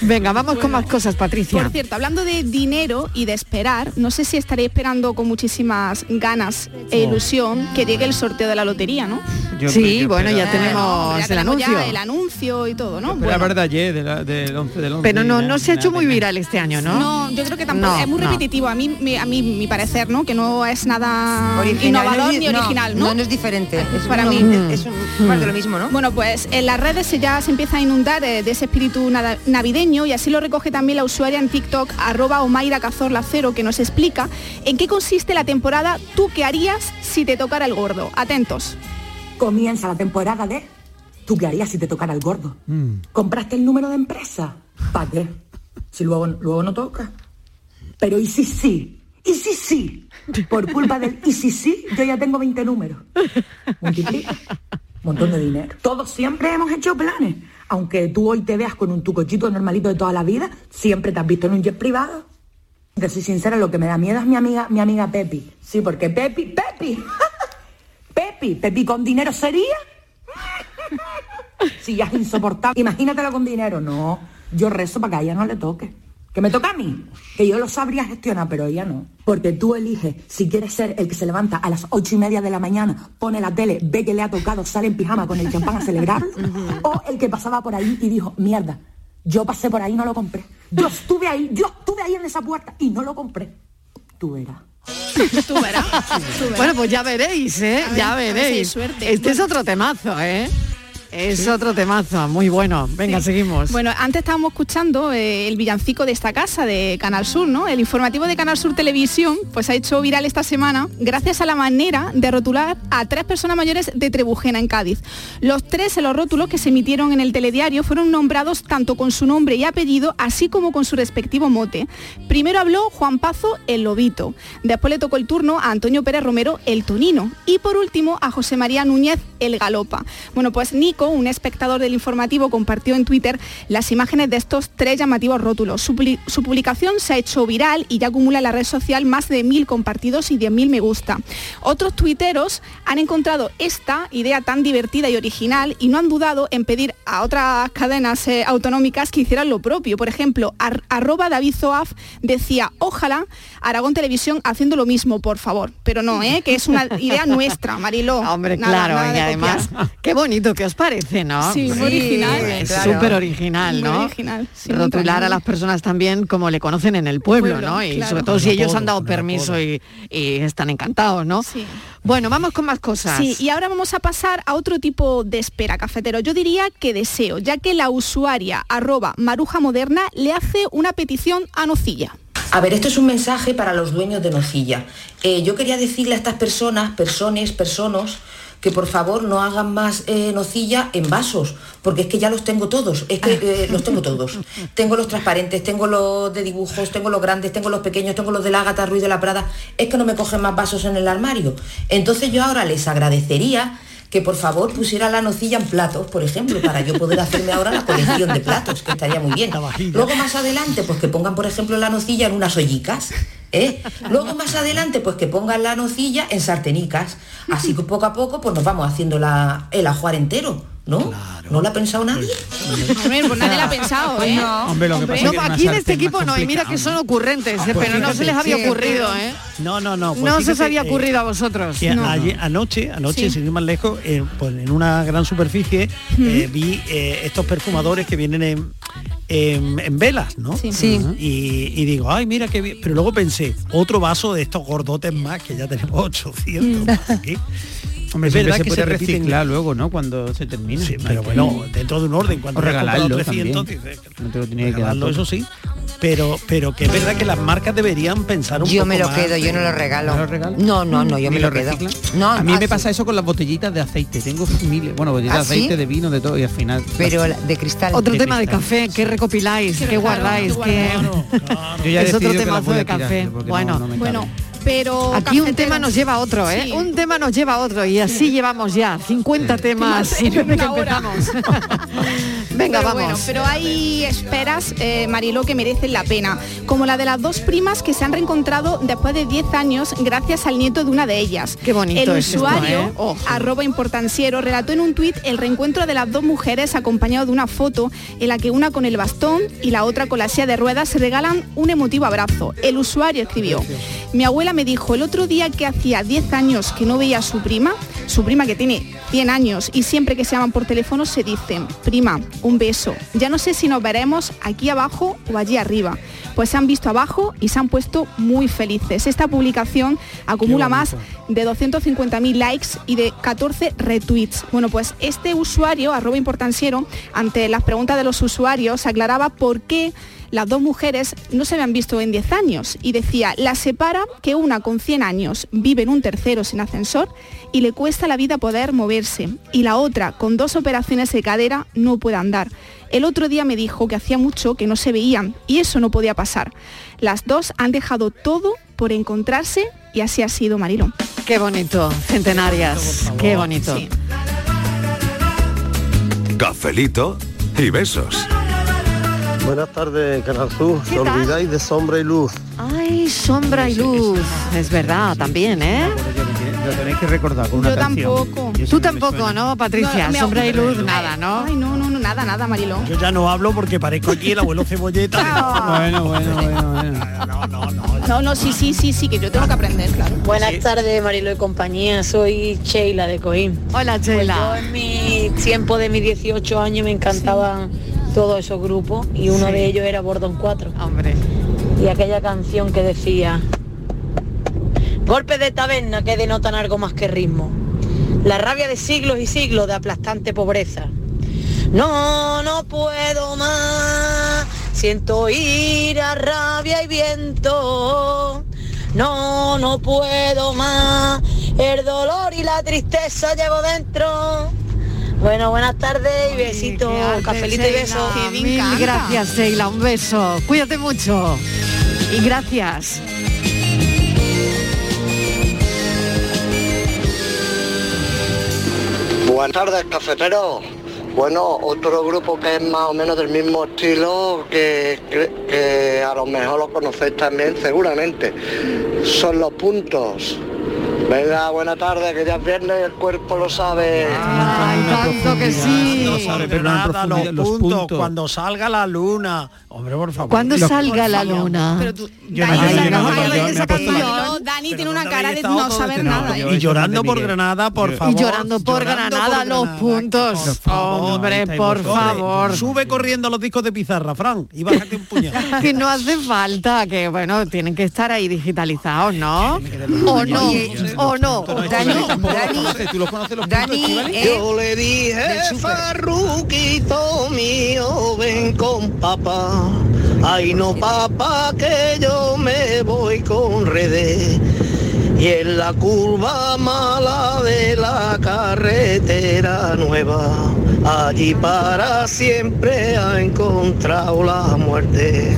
Speaker 9: Venga, vamos con más cosas, Patricia.
Speaker 13: Por cierto, hablando de dinero y de esperar, no sé si estaré esperando con muchísimas ganas e
Speaker 9: Oh.
Speaker 13: ilusión que llegue el sorteo de la lotería, ¿no?
Speaker 9: Yo- Sí, yo bueno, ya espero- tenemos
Speaker 13: ya
Speaker 9: el
Speaker 13: tenemos ya
Speaker 9: anuncio.
Speaker 13: el anuncio y todo, ¿no?
Speaker 15: Pero la
Speaker 13: Bueno.
Speaker 15: verdad, ayer, de la- del 11 del 11.
Speaker 9: Pero no,
Speaker 15: na-
Speaker 9: no se ha hecho muy viral este año, ¿no?
Speaker 13: No, yo creo que tampoco.
Speaker 9: No,
Speaker 13: es muy
Speaker 9: no.
Speaker 13: repetitivo, a mí, me- a mí mi parecer, ¿no? Que no es nada
Speaker 10: Original, no
Speaker 13: innovador
Speaker 10: es-
Speaker 13: ni
Speaker 10: no,
Speaker 13: original, ¿no?
Speaker 10: no, no es diferente. Es
Speaker 13: Para
Speaker 10: uno-
Speaker 13: mí
Speaker 10: es
Speaker 9: Mm.
Speaker 10: un- más de lo mismo, ¿no?
Speaker 13: Bueno, pues en las redes se ya se empieza a inundar eh, de ese espíritu nada- navideño y así lo recoge también la usuaria en TikTok arroba Omaira Cazorla Cero que nos explica en qué consiste la temporada tú qué harías si te tocara el gordo. Atentos.
Speaker 26: Comienza la temporada de ¿Tú qué harías si te tocara el gordo? ¿Compraste el número de empresa? ¿Para qué? Si luego, luego no toca. Pero y si sí, y si sí, por culpa del y si sí, yo ya tengo 20 números. Multiplica. Montón de dinero. Todos siempre hemos hecho planes. Aunque tú hoy te veas con un tu cochito normalito de toda la vida, siempre te has visto en un jet privado. Te soy sincera, lo que me da miedo es mi amiga, mi amiga Pepi. Sí, porque Pepi, Pepi, Pepi, Pepi con dinero sería. Si ya es insoportable, imagínatelo con dinero. No, yo rezo para que a ella no le toque. Que me toca a mí, que yo lo sabría gestionar, pero ella no. Porque tú eliges si quieres ser el que se levanta a las ocho y media de la mañana, pone la tele, ve que le ha tocado, sale en pijama con el champán a celebrar, o el que pasaba por ahí y dijo, mierda, yo pasé por ahí y no lo compré. Yo estuve ahí, yo estuve ahí en esa puerta y no lo compré. Tú verás.
Speaker 9: Tú verás. Bueno, pues ya veréis, ¿eh?
Speaker 26: ver,
Speaker 9: ya
Speaker 26: a ver si hay
Speaker 9: veréis.
Speaker 26: suerte.
Speaker 9: Este es otro temazo, ¿eh? Es otro temazo, muy bueno. Venga,
Speaker 13: Sí.
Speaker 9: seguimos.
Speaker 13: Bueno, antes estábamos escuchando eh, el villancico de esta casa de Canal Sur, ¿no? El informativo de Canal Sur Televisión, pues ha hecho viral esta semana gracias a la manera de rotular a tres personas mayores de Trebujena en Cádiz. Los tres en los rótulos que se emitieron en el telediario fueron nombrados tanto con su nombre y apellido, así como con su respectivo mote. Primero habló Juan Pazo el Lobito, después le tocó el turno a Antonio Pérez Romero el Tonino y por último a José María Núñez el Galopa. Bueno, pues Nico, un espectador del informativo, compartió en Twitter las imágenes de estos tres llamativos rótulos. Su, pli- su publicación se ha hecho viral y ya acumula en la red social más de mil compartidos y 10.000 me gusta. Otros tuiteros han encontrado esta idea tan divertida y original y no han dudado en pedir a otras cadenas eh, autonómicas que hicieran lo propio. Por ejemplo, ar- arroba David Zoaf decía, ojalá Aragón Televisión haciendo lo mismo, por favor. Pero no, ¿eh? que es una idea nuestra, Mariló.
Speaker 9: Ah, Hombre,
Speaker 13: Nada,
Speaker 9: claro,
Speaker 13: nada
Speaker 9: y
Speaker 13: de
Speaker 9: además, qué bonito que os parece, ¿no?
Speaker 13: Sí, muy original.
Speaker 9: Es
Speaker 13: Claro.
Speaker 9: súper original,
Speaker 13: Muy
Speaker 9: Ah, ¿no?
Speaker 13: original, sí,
Speaker 9: Rotular a
Speaker 13: también.
Speaker 9: las personas también como le conocen en el pueblo,
Speaker 13: pueblo,
Speaker 9: ¿no? Y
Speaker 13: claro.
Speaker 9: sobre todo si
Speaker 13: Con
Speaker 9: ellos
Speaker 13: apodo,
Speaker 9: han dado permiso y, y están encantados, ¿no? Bueno, vamos con más cosas.
Speaker 13: Sí, y ahora vamos a pasar a otro tipo de espera, cafetero. Yo diría que deseo, ya que la usuaria arroba maruja moderna le hace una petición a Nocilla.
Speaker 7: A ver, esto es un mensaje para los dueños de Nocilla. Eh, yo quería decirle a estas personas, personas, personas, que por favor no hagan más eh, nocilla en vasos, porque es que ya los tengo todos, es que eh, los tengo todos. Tengo los transparentes, tengo los de dibujos, tengo los grandes, tengo los pequeños, tengo los de la Ágata Ruiz de la Prada, es que no me cogen más vasos en el armario. Entonces yo ahora les agradecería que por favor pusiera la nocilla en platos, por ejemplo, para yo poder hacerme ahora la colección de platos, que estaría muy bien. Luego más adelante, pues que pongan, por ejemplo, la nocilla en unas ollicas. ¿eh? Luego más adelante, pues que pongan la nocilla en sartenicas. Así que poco a poco, pues nos vamos haciendo la, el ajuar entero, ¿no? ¿No lo ha pensado nadie?
Speaker 13: Hombre, pues nadie la ha pensado, ¿eh?
Speaker 7: No.
Speaker 11: Hombre, lo que pasa es
Speaker 9: No,
Speaker 11: que
Speaker 9: aquí
Speaker 11: una
Speaker 9: en este
Speaker 11: sartén más
Speaker 9: equipo no, y
Speaker 11: complicada.
Speaker 9: mira
Speaker 11: Ah, pues
Speaker 9: que son ocurrentes, eh, pero no se les había ocurrido, ¿eh?
Speaker 11: No, no, no.
Speaker 9: No se os
Speaker 11: fíjate,
Speaker 9: había
Speaker 11: eh,
Speaker 9: ocurrido a vosotros.
Speaker 11: que
Speaker 9: No.
Speaker 11: ayer- anoche, anoche,
Speaker 9: Sí.
Speaker 11: sin ir más lejos, eh, pues en una gran superficie eh, vi eh, estos perfumadores que vienen en, en- en velas, ¿no?
Speaker 14: Sí. Sí.
Speaker 11: Y, y digo, ay, mira qué bien. Pero luego pensé, otro vaso de estos gordotes más, que ya tenemos 800.
Speaker 9: Mm.
Speaker 11: aquí.
Speaker 15: Hombre,
Speaker 11: Es
Speaker 15: siempre
Speaker 11: verdad
Speaker 15: se
Speaker 11: que
Speaker 15: puede
Speaker 11: se repiten-
Speaker 15: reciclar luego, ¿no? Cuando se termine.
Speaker 11: Sí, pero bueno, dentro de un orden, cuando
Speaker 15: o
Speaker 11: hayas comprado
Speaker 15: regalarlo
Speaker 11: 300,
Speaker 15: también.
Speaker 11: dices,
Speaker 15: No te lo tenía que dar.
Speaker 11: regalarlo, eso sí. Pero, pero que es verdad que las marcas deberían pensar un
Speaker 15: Yo
Speaker 11: poco
Speaker 15: me lo
Speaker 11: más
Speaker 15: quedo, yo
Speaker 11: de-
Speaker 15: no lo regalo.
Speaker 11: ¿No lo regalo?
Speaker 15: No, no, no, yo ¿Ni me lo quedo. reciclan? No, a mí ah, me sí. pasa eso con las botellitas de aceite. Tengo miles, bueno, botellitas ¿Ah, de aceite, sí? de vino, de todo y al final. Pero la- de cristal.
Speaker 9: Otro tema de café, ¿qué recopiláis? ¿Qué guardáis? ¿Qué...
Speaker 15: Yo ya he
Speaker 9: es
Speaker 15: decidido
Speaker 9: otro
Speaker 15: que las
Speaker 9: temazo
Speaker 15: voy a
Speaker 9: de
Speaker 15: tirar,
Speaker 9: café.
Speaker 15: porque no-
Speaker 9: Bueno,
Speaker 15: no me cabe.
Speaker 9: bueno.
Speaker 13: pero
Speaker 9: Aquí un tema nos lleva a otro, ¿eh? Un tema nos lleva a otro y así llevamos ya 50 temas
Speaker 13: en
Speaker 9: desde que
Speaker 13: una hora.
Speaker 9: empezamos. Venga,
Speaker 13: pero
Speaker 9: vamos.
Speaker 13: bueno, pero hay esperas, eh, Mariló, que merecen la pena, como la de las dos primas que se han reencontrado después de 10 años gracias al nieto de una de ellas. Qué
Speaker 9: bonito
Speaker 13: El
Speaker 9: es esto,
Speaker 13: usuario,
Speaker 9: ¿eh? Ojo.
Speaker 13: arroba importanciero, relató en un tuit el reencuentro de las dos mujeres acompañado de una foto en la que una con el bastón y la otra con la silla de ruedas se regalan un emotivo abrazo. El usuario escribió, mi abuela me dijo el otro día que hacía 10 años que no veía a su prima, su prima que tiene 100 años y siempre que se llaman por teléfono se dicen, prima, un beso, ya no sé si nos veremos aquí abajo o allí arriba. Pues se han visto abajo y se han puesto muy felices. Esta publicación acumula más de 250.000 likes y de 14 retweets. Bueno, pues este usuario, arroba importanciero, ante las preguntas de los usuarios, aclaraba por qué las dos mujeres no se habían visto en 10 años y decía, la separa que una con 100 años vive en un tercero sin ascensor y le cuesta la vida poder moverse y la otra con dos operaciones de cadera no puede andar. El otro día me dijo que hacía mucho que no se veían y eso no podía pasar. Las dos han dejado todo por encontrarse y así ha sido Marilón.
Speaker 9: Qué bonito, centenarias. Qué bonito.
Speaker 4: Cafelito y besos.
Speaker 14: Buenas tardes, Canal Sur.
Speaker 9: ¿Qué
Speaker 14: No
Speaker 9: tal?
Speaker 14: olvidáis de sombra y luz.
Speaker 9: Ay, sombra y luz. Es verdad, también, ¿eh?
Speaker 15: Lo tenéis que recordar con una
Speaker 9: Yo
Speaker 15: canción.
Speaker 9: tampoco.
Speaker 15: Yo
Speaker 9: Tú
Speaker 15: siempre me
Speaker 9: tampoco,
Speaker 15: suena.
Speaker 9: ¿no, Patricia?
Speaker 13: No, me-
Speaker 9: sombra y luz, nada, ¿no?
Speaker 13: Ay, no, no, no, nada, nada, Marilón.
Speaker 11: Yo ya no hablo porque parezco aquí el abuelo cebolleta.
Speaker 9: Ah.
Speaker 11: bueno, bueno, bueno,
Speaker 13: No, no, sí, sí, sí, sí, que yo tengo que aprender, claro.
Speaker 21: Buenas tardes, Marilo y compañía. Soy Sheila de Coim.
Speaker 9: Hola,
Speaker 21: Sheila. yo en mi tiempo de mis 18 años me encantaban todos esos grupos y uno
Speaker 9: Sí.
Speaker 21: de ellos era Bordón 4.
Speaker 9: Hombre.
Speaker 21: Y aquella canción que decía, golpes de taberna que denotan algo más que ritmo. La rabia de siglos y siglos de aplastante pobreza. No, no puedo más. Siento ira, rabia y viento. No, no puedo más. El dolor y la tristeza llevo dentro. Bueno, buenas tardes y besitos, cafelito y besos.
Speaker 9: Mil gracias, Sheila. Un beso. Cuídate mucho. Y gracias.
Speaker 27: Buenas tardes, cafetero. Bueno, otro grupo que es más o menos del mismo estilo, que, que- que a lo mejor lo conocéis también, seguramente, son los puntos. Venga, buena tarde, que ya es viernes y el cuerpo lo sabe.
Speaker 9: tanto que sí.
Speaker 11: No sabe, pero
Speaker 15: Pero en
Speaker 11: nada, los,
Speaker 15: profundidad, los
Speaker 11: puntos,
Speaker 15: puntos.
Speaker 11: cuando salga la luna. Hombre, por favor.
Speaker 9: Cuando
Speaker 11: Los-
Speaker 9: salga
Speaker 11: por
Speaker 9: la
Speaker 11: favor.
Speaker 9: luna.
Speaker 11: Yo no
Speaker 9: Dani,
Speaker 11: estoy
Speaker 9: salga
Speaker 11: llegando
Speaker 9: la
Speaker 11: porque
Speaker 9: luna.
Speaker 11: me he puesto la-
Speaker 13: No, Dani tiene una cara de no saber nada. ¿eh?
Speaker 11: este Y llorando por Granada, por favor.
Speaker 9: Y llorando por Granada los puntos. Hombre, por favor.
Speaker 11: Sube corriendo a los discos de pizarra, Fran, y bájate un puñal.
Speaker 9: Que no hace falta, que bueno, tienen que estar ahí digitalizados, ¿no? O no, o no. eh,
Speaker 14: Dani, Dani,
Speaker 15: ¿Tú los conoces los
Speaker 14: Dani, yo le dije, farruquito mío, ven con papá. Ay, no, papá, que yo me voy con redes. Y en la curva mala de la carretera nueva, allí para siempre ha encontrado la muerte.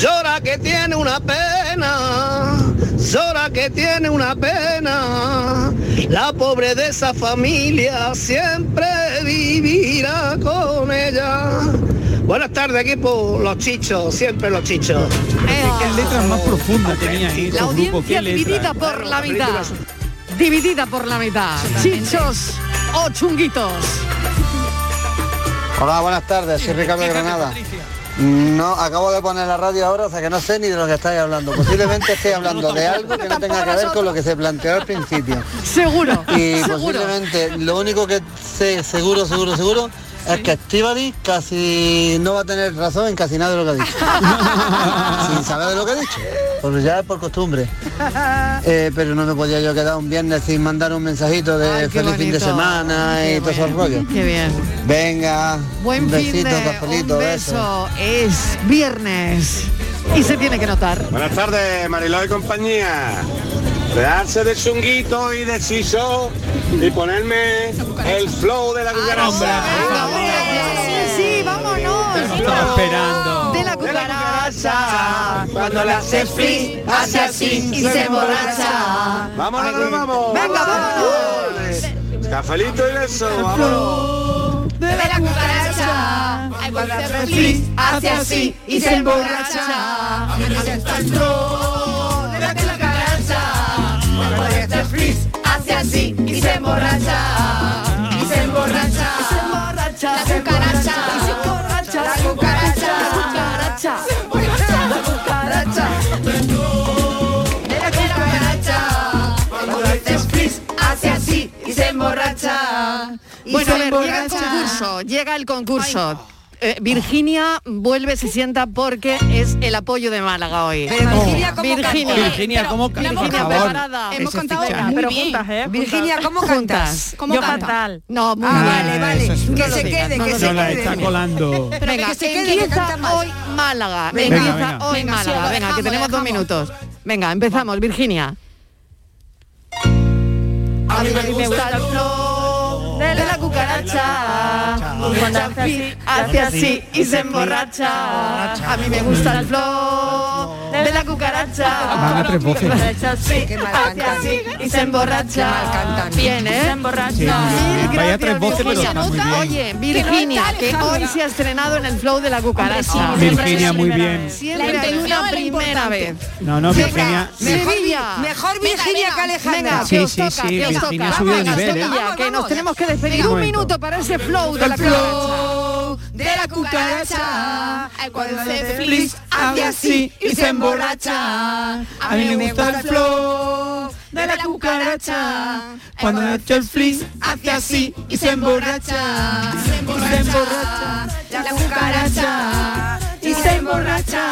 Speaker 14: Llora que tiene una pena, llora que tiene una pena. La pobre de esa familia siempre vivirá con ella. Buenas tardes equipo, los chichos, siempre los chichos.
Speaker 15: ¿Qué letras más profundas tenían
Speaker 9: Ah, La
Speaker 15: estos grupos? ¿Qué
Speaker 9: audiencia dividida
Speaker 15: letras?
Speaker 9: por la mitad. Dividida por la mitad. Chichos o chunguitos.
Speaker 28: Hola, buenas tardes, soy Ricardo de Granada. No, acabo de poner la radio ahora, o sea que no sé ni de lo que estáis hablando. Posiblemente estéis hablando de algo que no tenga que ver con lo que se planteó al principio.
Speaker 9: Seguro.
Speaker 28: Y
Speaker 9: seguro.
Speaker 28: posiblemente lo único que sé seguro, seguro, seguro es que Estivali casi no va a tener razón en casi nada de lo que ha dicho. Sin saber de lo que ha dicho. Porque ya es por costumbre. Eh, pero no me podía yo quedar un viernes sin mandar un mensajito de feliz fin de
Speaker 9: bonito.
Speaker 28: semana y todos esos rollos.
Speaker 9: Qué bien.
Speaker 28: Venga.
Speaker 9: Buen
Speaker 28: un
Speaker 9: fin
Speaker 28: besito,
Speaker 9: de
Speaker 28: cafelito,
Speaker 9: un
Speaker 28: besos.
Speaker 9: beso. Es viernes. Y se tiene que notar.
Speaker 5: Buenas tardes, Mariló y compañía. De darse de chunguito y de chiso y ponerme el flow
Speaker 16: Ah,
Speaker 5: de la cucaracha.
Speaker 9: Sí, vámonos.
Speaker 15: Estaba esperando.
Speaker 9: De la cucaracha.
Speaker 16: borracha. Cuando la haces free, hace así y se emborracha.
Speaker 5: Vamos, vamos, vamos.
Speaker 16: Venga,
Speaker 5: vámonos. Cafelito y beso, vámonos.
Speaker 16: De la cucaracha. Cuando la haces free, hace así y se emborracha. De la cucaracha. Cuando la haces free, hace así y se emborracha. Y se emborracha. Y se emborracha. La cucaracha. Y se emborracha. La cucaracha. Se emborracha. La cucaracha. De la cucaracha. Cuando la haces free, hace así y se emborracha. Y
Speaker 9: Bueno,
Speaker 16: se
Speaker 9: a ver, llega el
Speaker 16: emborracha.
Speaker 9: concurso, llega el concurso. Eh, Virginia vuelve, se sienta porque es el apoyo de Málaga hoy.
Speaker 16: Pero Virginia, ¿cómo canta?
Speaker 9: Virginia,
Speaker 15: Virginia, ¿cómo
Speaker 9: Pero,
Speaker 15: canta,
Speaker 9: Virginia,
Speaker 15: por favor?
Speaker 9: preparada.
Speaker 15: Hemos Ese cantado fichaje. muy
Speaker 9: Pero
Speaker 15: bien.
Speaker 9: juntas, ¿eh?
Speaker 16: Virginia,
Speaker 9: Juntas.
Speaker 16: ¿cómo cantas?
Speaker 9: Juntas.
Speaker 16: ¿Cómo
Speaker 9: Yo
Speaker 16: canta?
Speaker 9: fatal. No, muy
Speaker 16: Ah,
Speaker 9: mal.
Speaker 16: vale, vale.
Speaker 15: eso es
Speaker 16: Que
Speaker 15: verdad.
Speaker 16: se quede,
Speaker 15: No,
Speaker 16: que
Speaker 15: no,
Speaker 16: se
Speaker 15: no, la
Speaker 16: quede.
Speaker 15: está colando.
Speaker 9: Pero venga,
Speaker 16: que se quede, que
Speaker 9: empieza
Speaker 16: canta mal.
Speaker 9: hoy Málaga.
Speaker 16: Venga,
Speaker 9: empieza
Speaker 16: venga.
Speaker 9: hoy
Speaker 16: Venga, sí,
Speaker 9: Málaga.
Speaker 16: lo
Speaker 9: venga, que
Speaker 16: dejamos,
Speaker 9: tenemos dos minutos. Venga, empezamos, Virginia.
Speaker 16: A mí me gusta el flow de la cucaracha. Cuando hace así, hace así y se emborracha. A mí me gusta el flow de la cucaracha.
Speaker 15: Van a tres voces.
Speaker 16: Hace así, hace así y se emborracha.
Speaker 9: Bien, ¿eh?
Speaker 16: Se
Speaker 15: Sí,
Speaker 16: emborracha.
Speaker 15: muy bien. Vaya tres voces, pero está muy bien.
Speaker 9: Oye, Virginia, que, hoy se ha estrenado en el flow de la cucaracha.
Speaker 15: Virginia, muy bien.
Speaker 9: Siempre
Speaker 16: La
Speaker 9: hay
Speaker 16: intención
Speaker 9: una
Speaker 16: es lo
Speaker 9: primera vez.
Speaker 15: No, no, Virginia.
Speaker 16: Mejor,
Speaker 9: Sevilla.
Speaker 16: mejor Virginia que Alejandra.
Speaker 9: Venga,
Speaker 15: Sí,
Speaker 9: que os
Speaker 15: sí,
Speaker 9: toca,
Speaker 15: sí,
Speaker 9: que os toca.
Speaker 15: Virginia ha subido de
Speaker 9: Vamos,
Speaker 15: nivel, ¿eh?
Speaker 9: Sevilla,
Speaker 16: Vamos,
Speaker 9: que nos tenemos que despedir.
Speaker 16: Venga,
Speaker 9: Un
Speaker 15: un momento.
Speaker 9: minuto para ese flow de
Speaker 16: El
Speaker 9: la
Speaker 16: flow
Speaker 9: cucaracha.
Speaker 16: de la cucaracha. Cuando se feliz hace así y se emborracha. A mí me gusta el flow de la cucaracha. Cuando me echa el flis hace así y se emborracha. Y se emborracha la cucaracha. Y se emborracha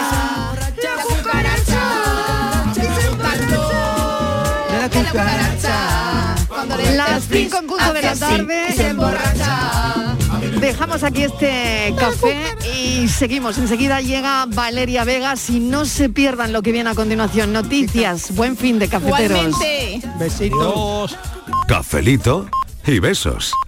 Speaker 16: la cucaracha. Y se emborracha la cucaracha. Cuando le echa el
Speaker 9: Las
Speaker 16: flis,
Speaker 9: 5 en punto de
Speaker 16: hace
Speaker 9: la
Speaker 16: así
Speaker 9: tarde.
Speaker 16: y se emborracha.
Speaker 9: Dejamos aquí este café y seguimos. Enseguida llega Valeria Vegas y no se pierdan lo que viene a continuación. Noticias, buen fin de cafeteros.
Speaker 13: Igualmente.
Speaker 15: Besitos.
Speaker 4: Cafelito y besos.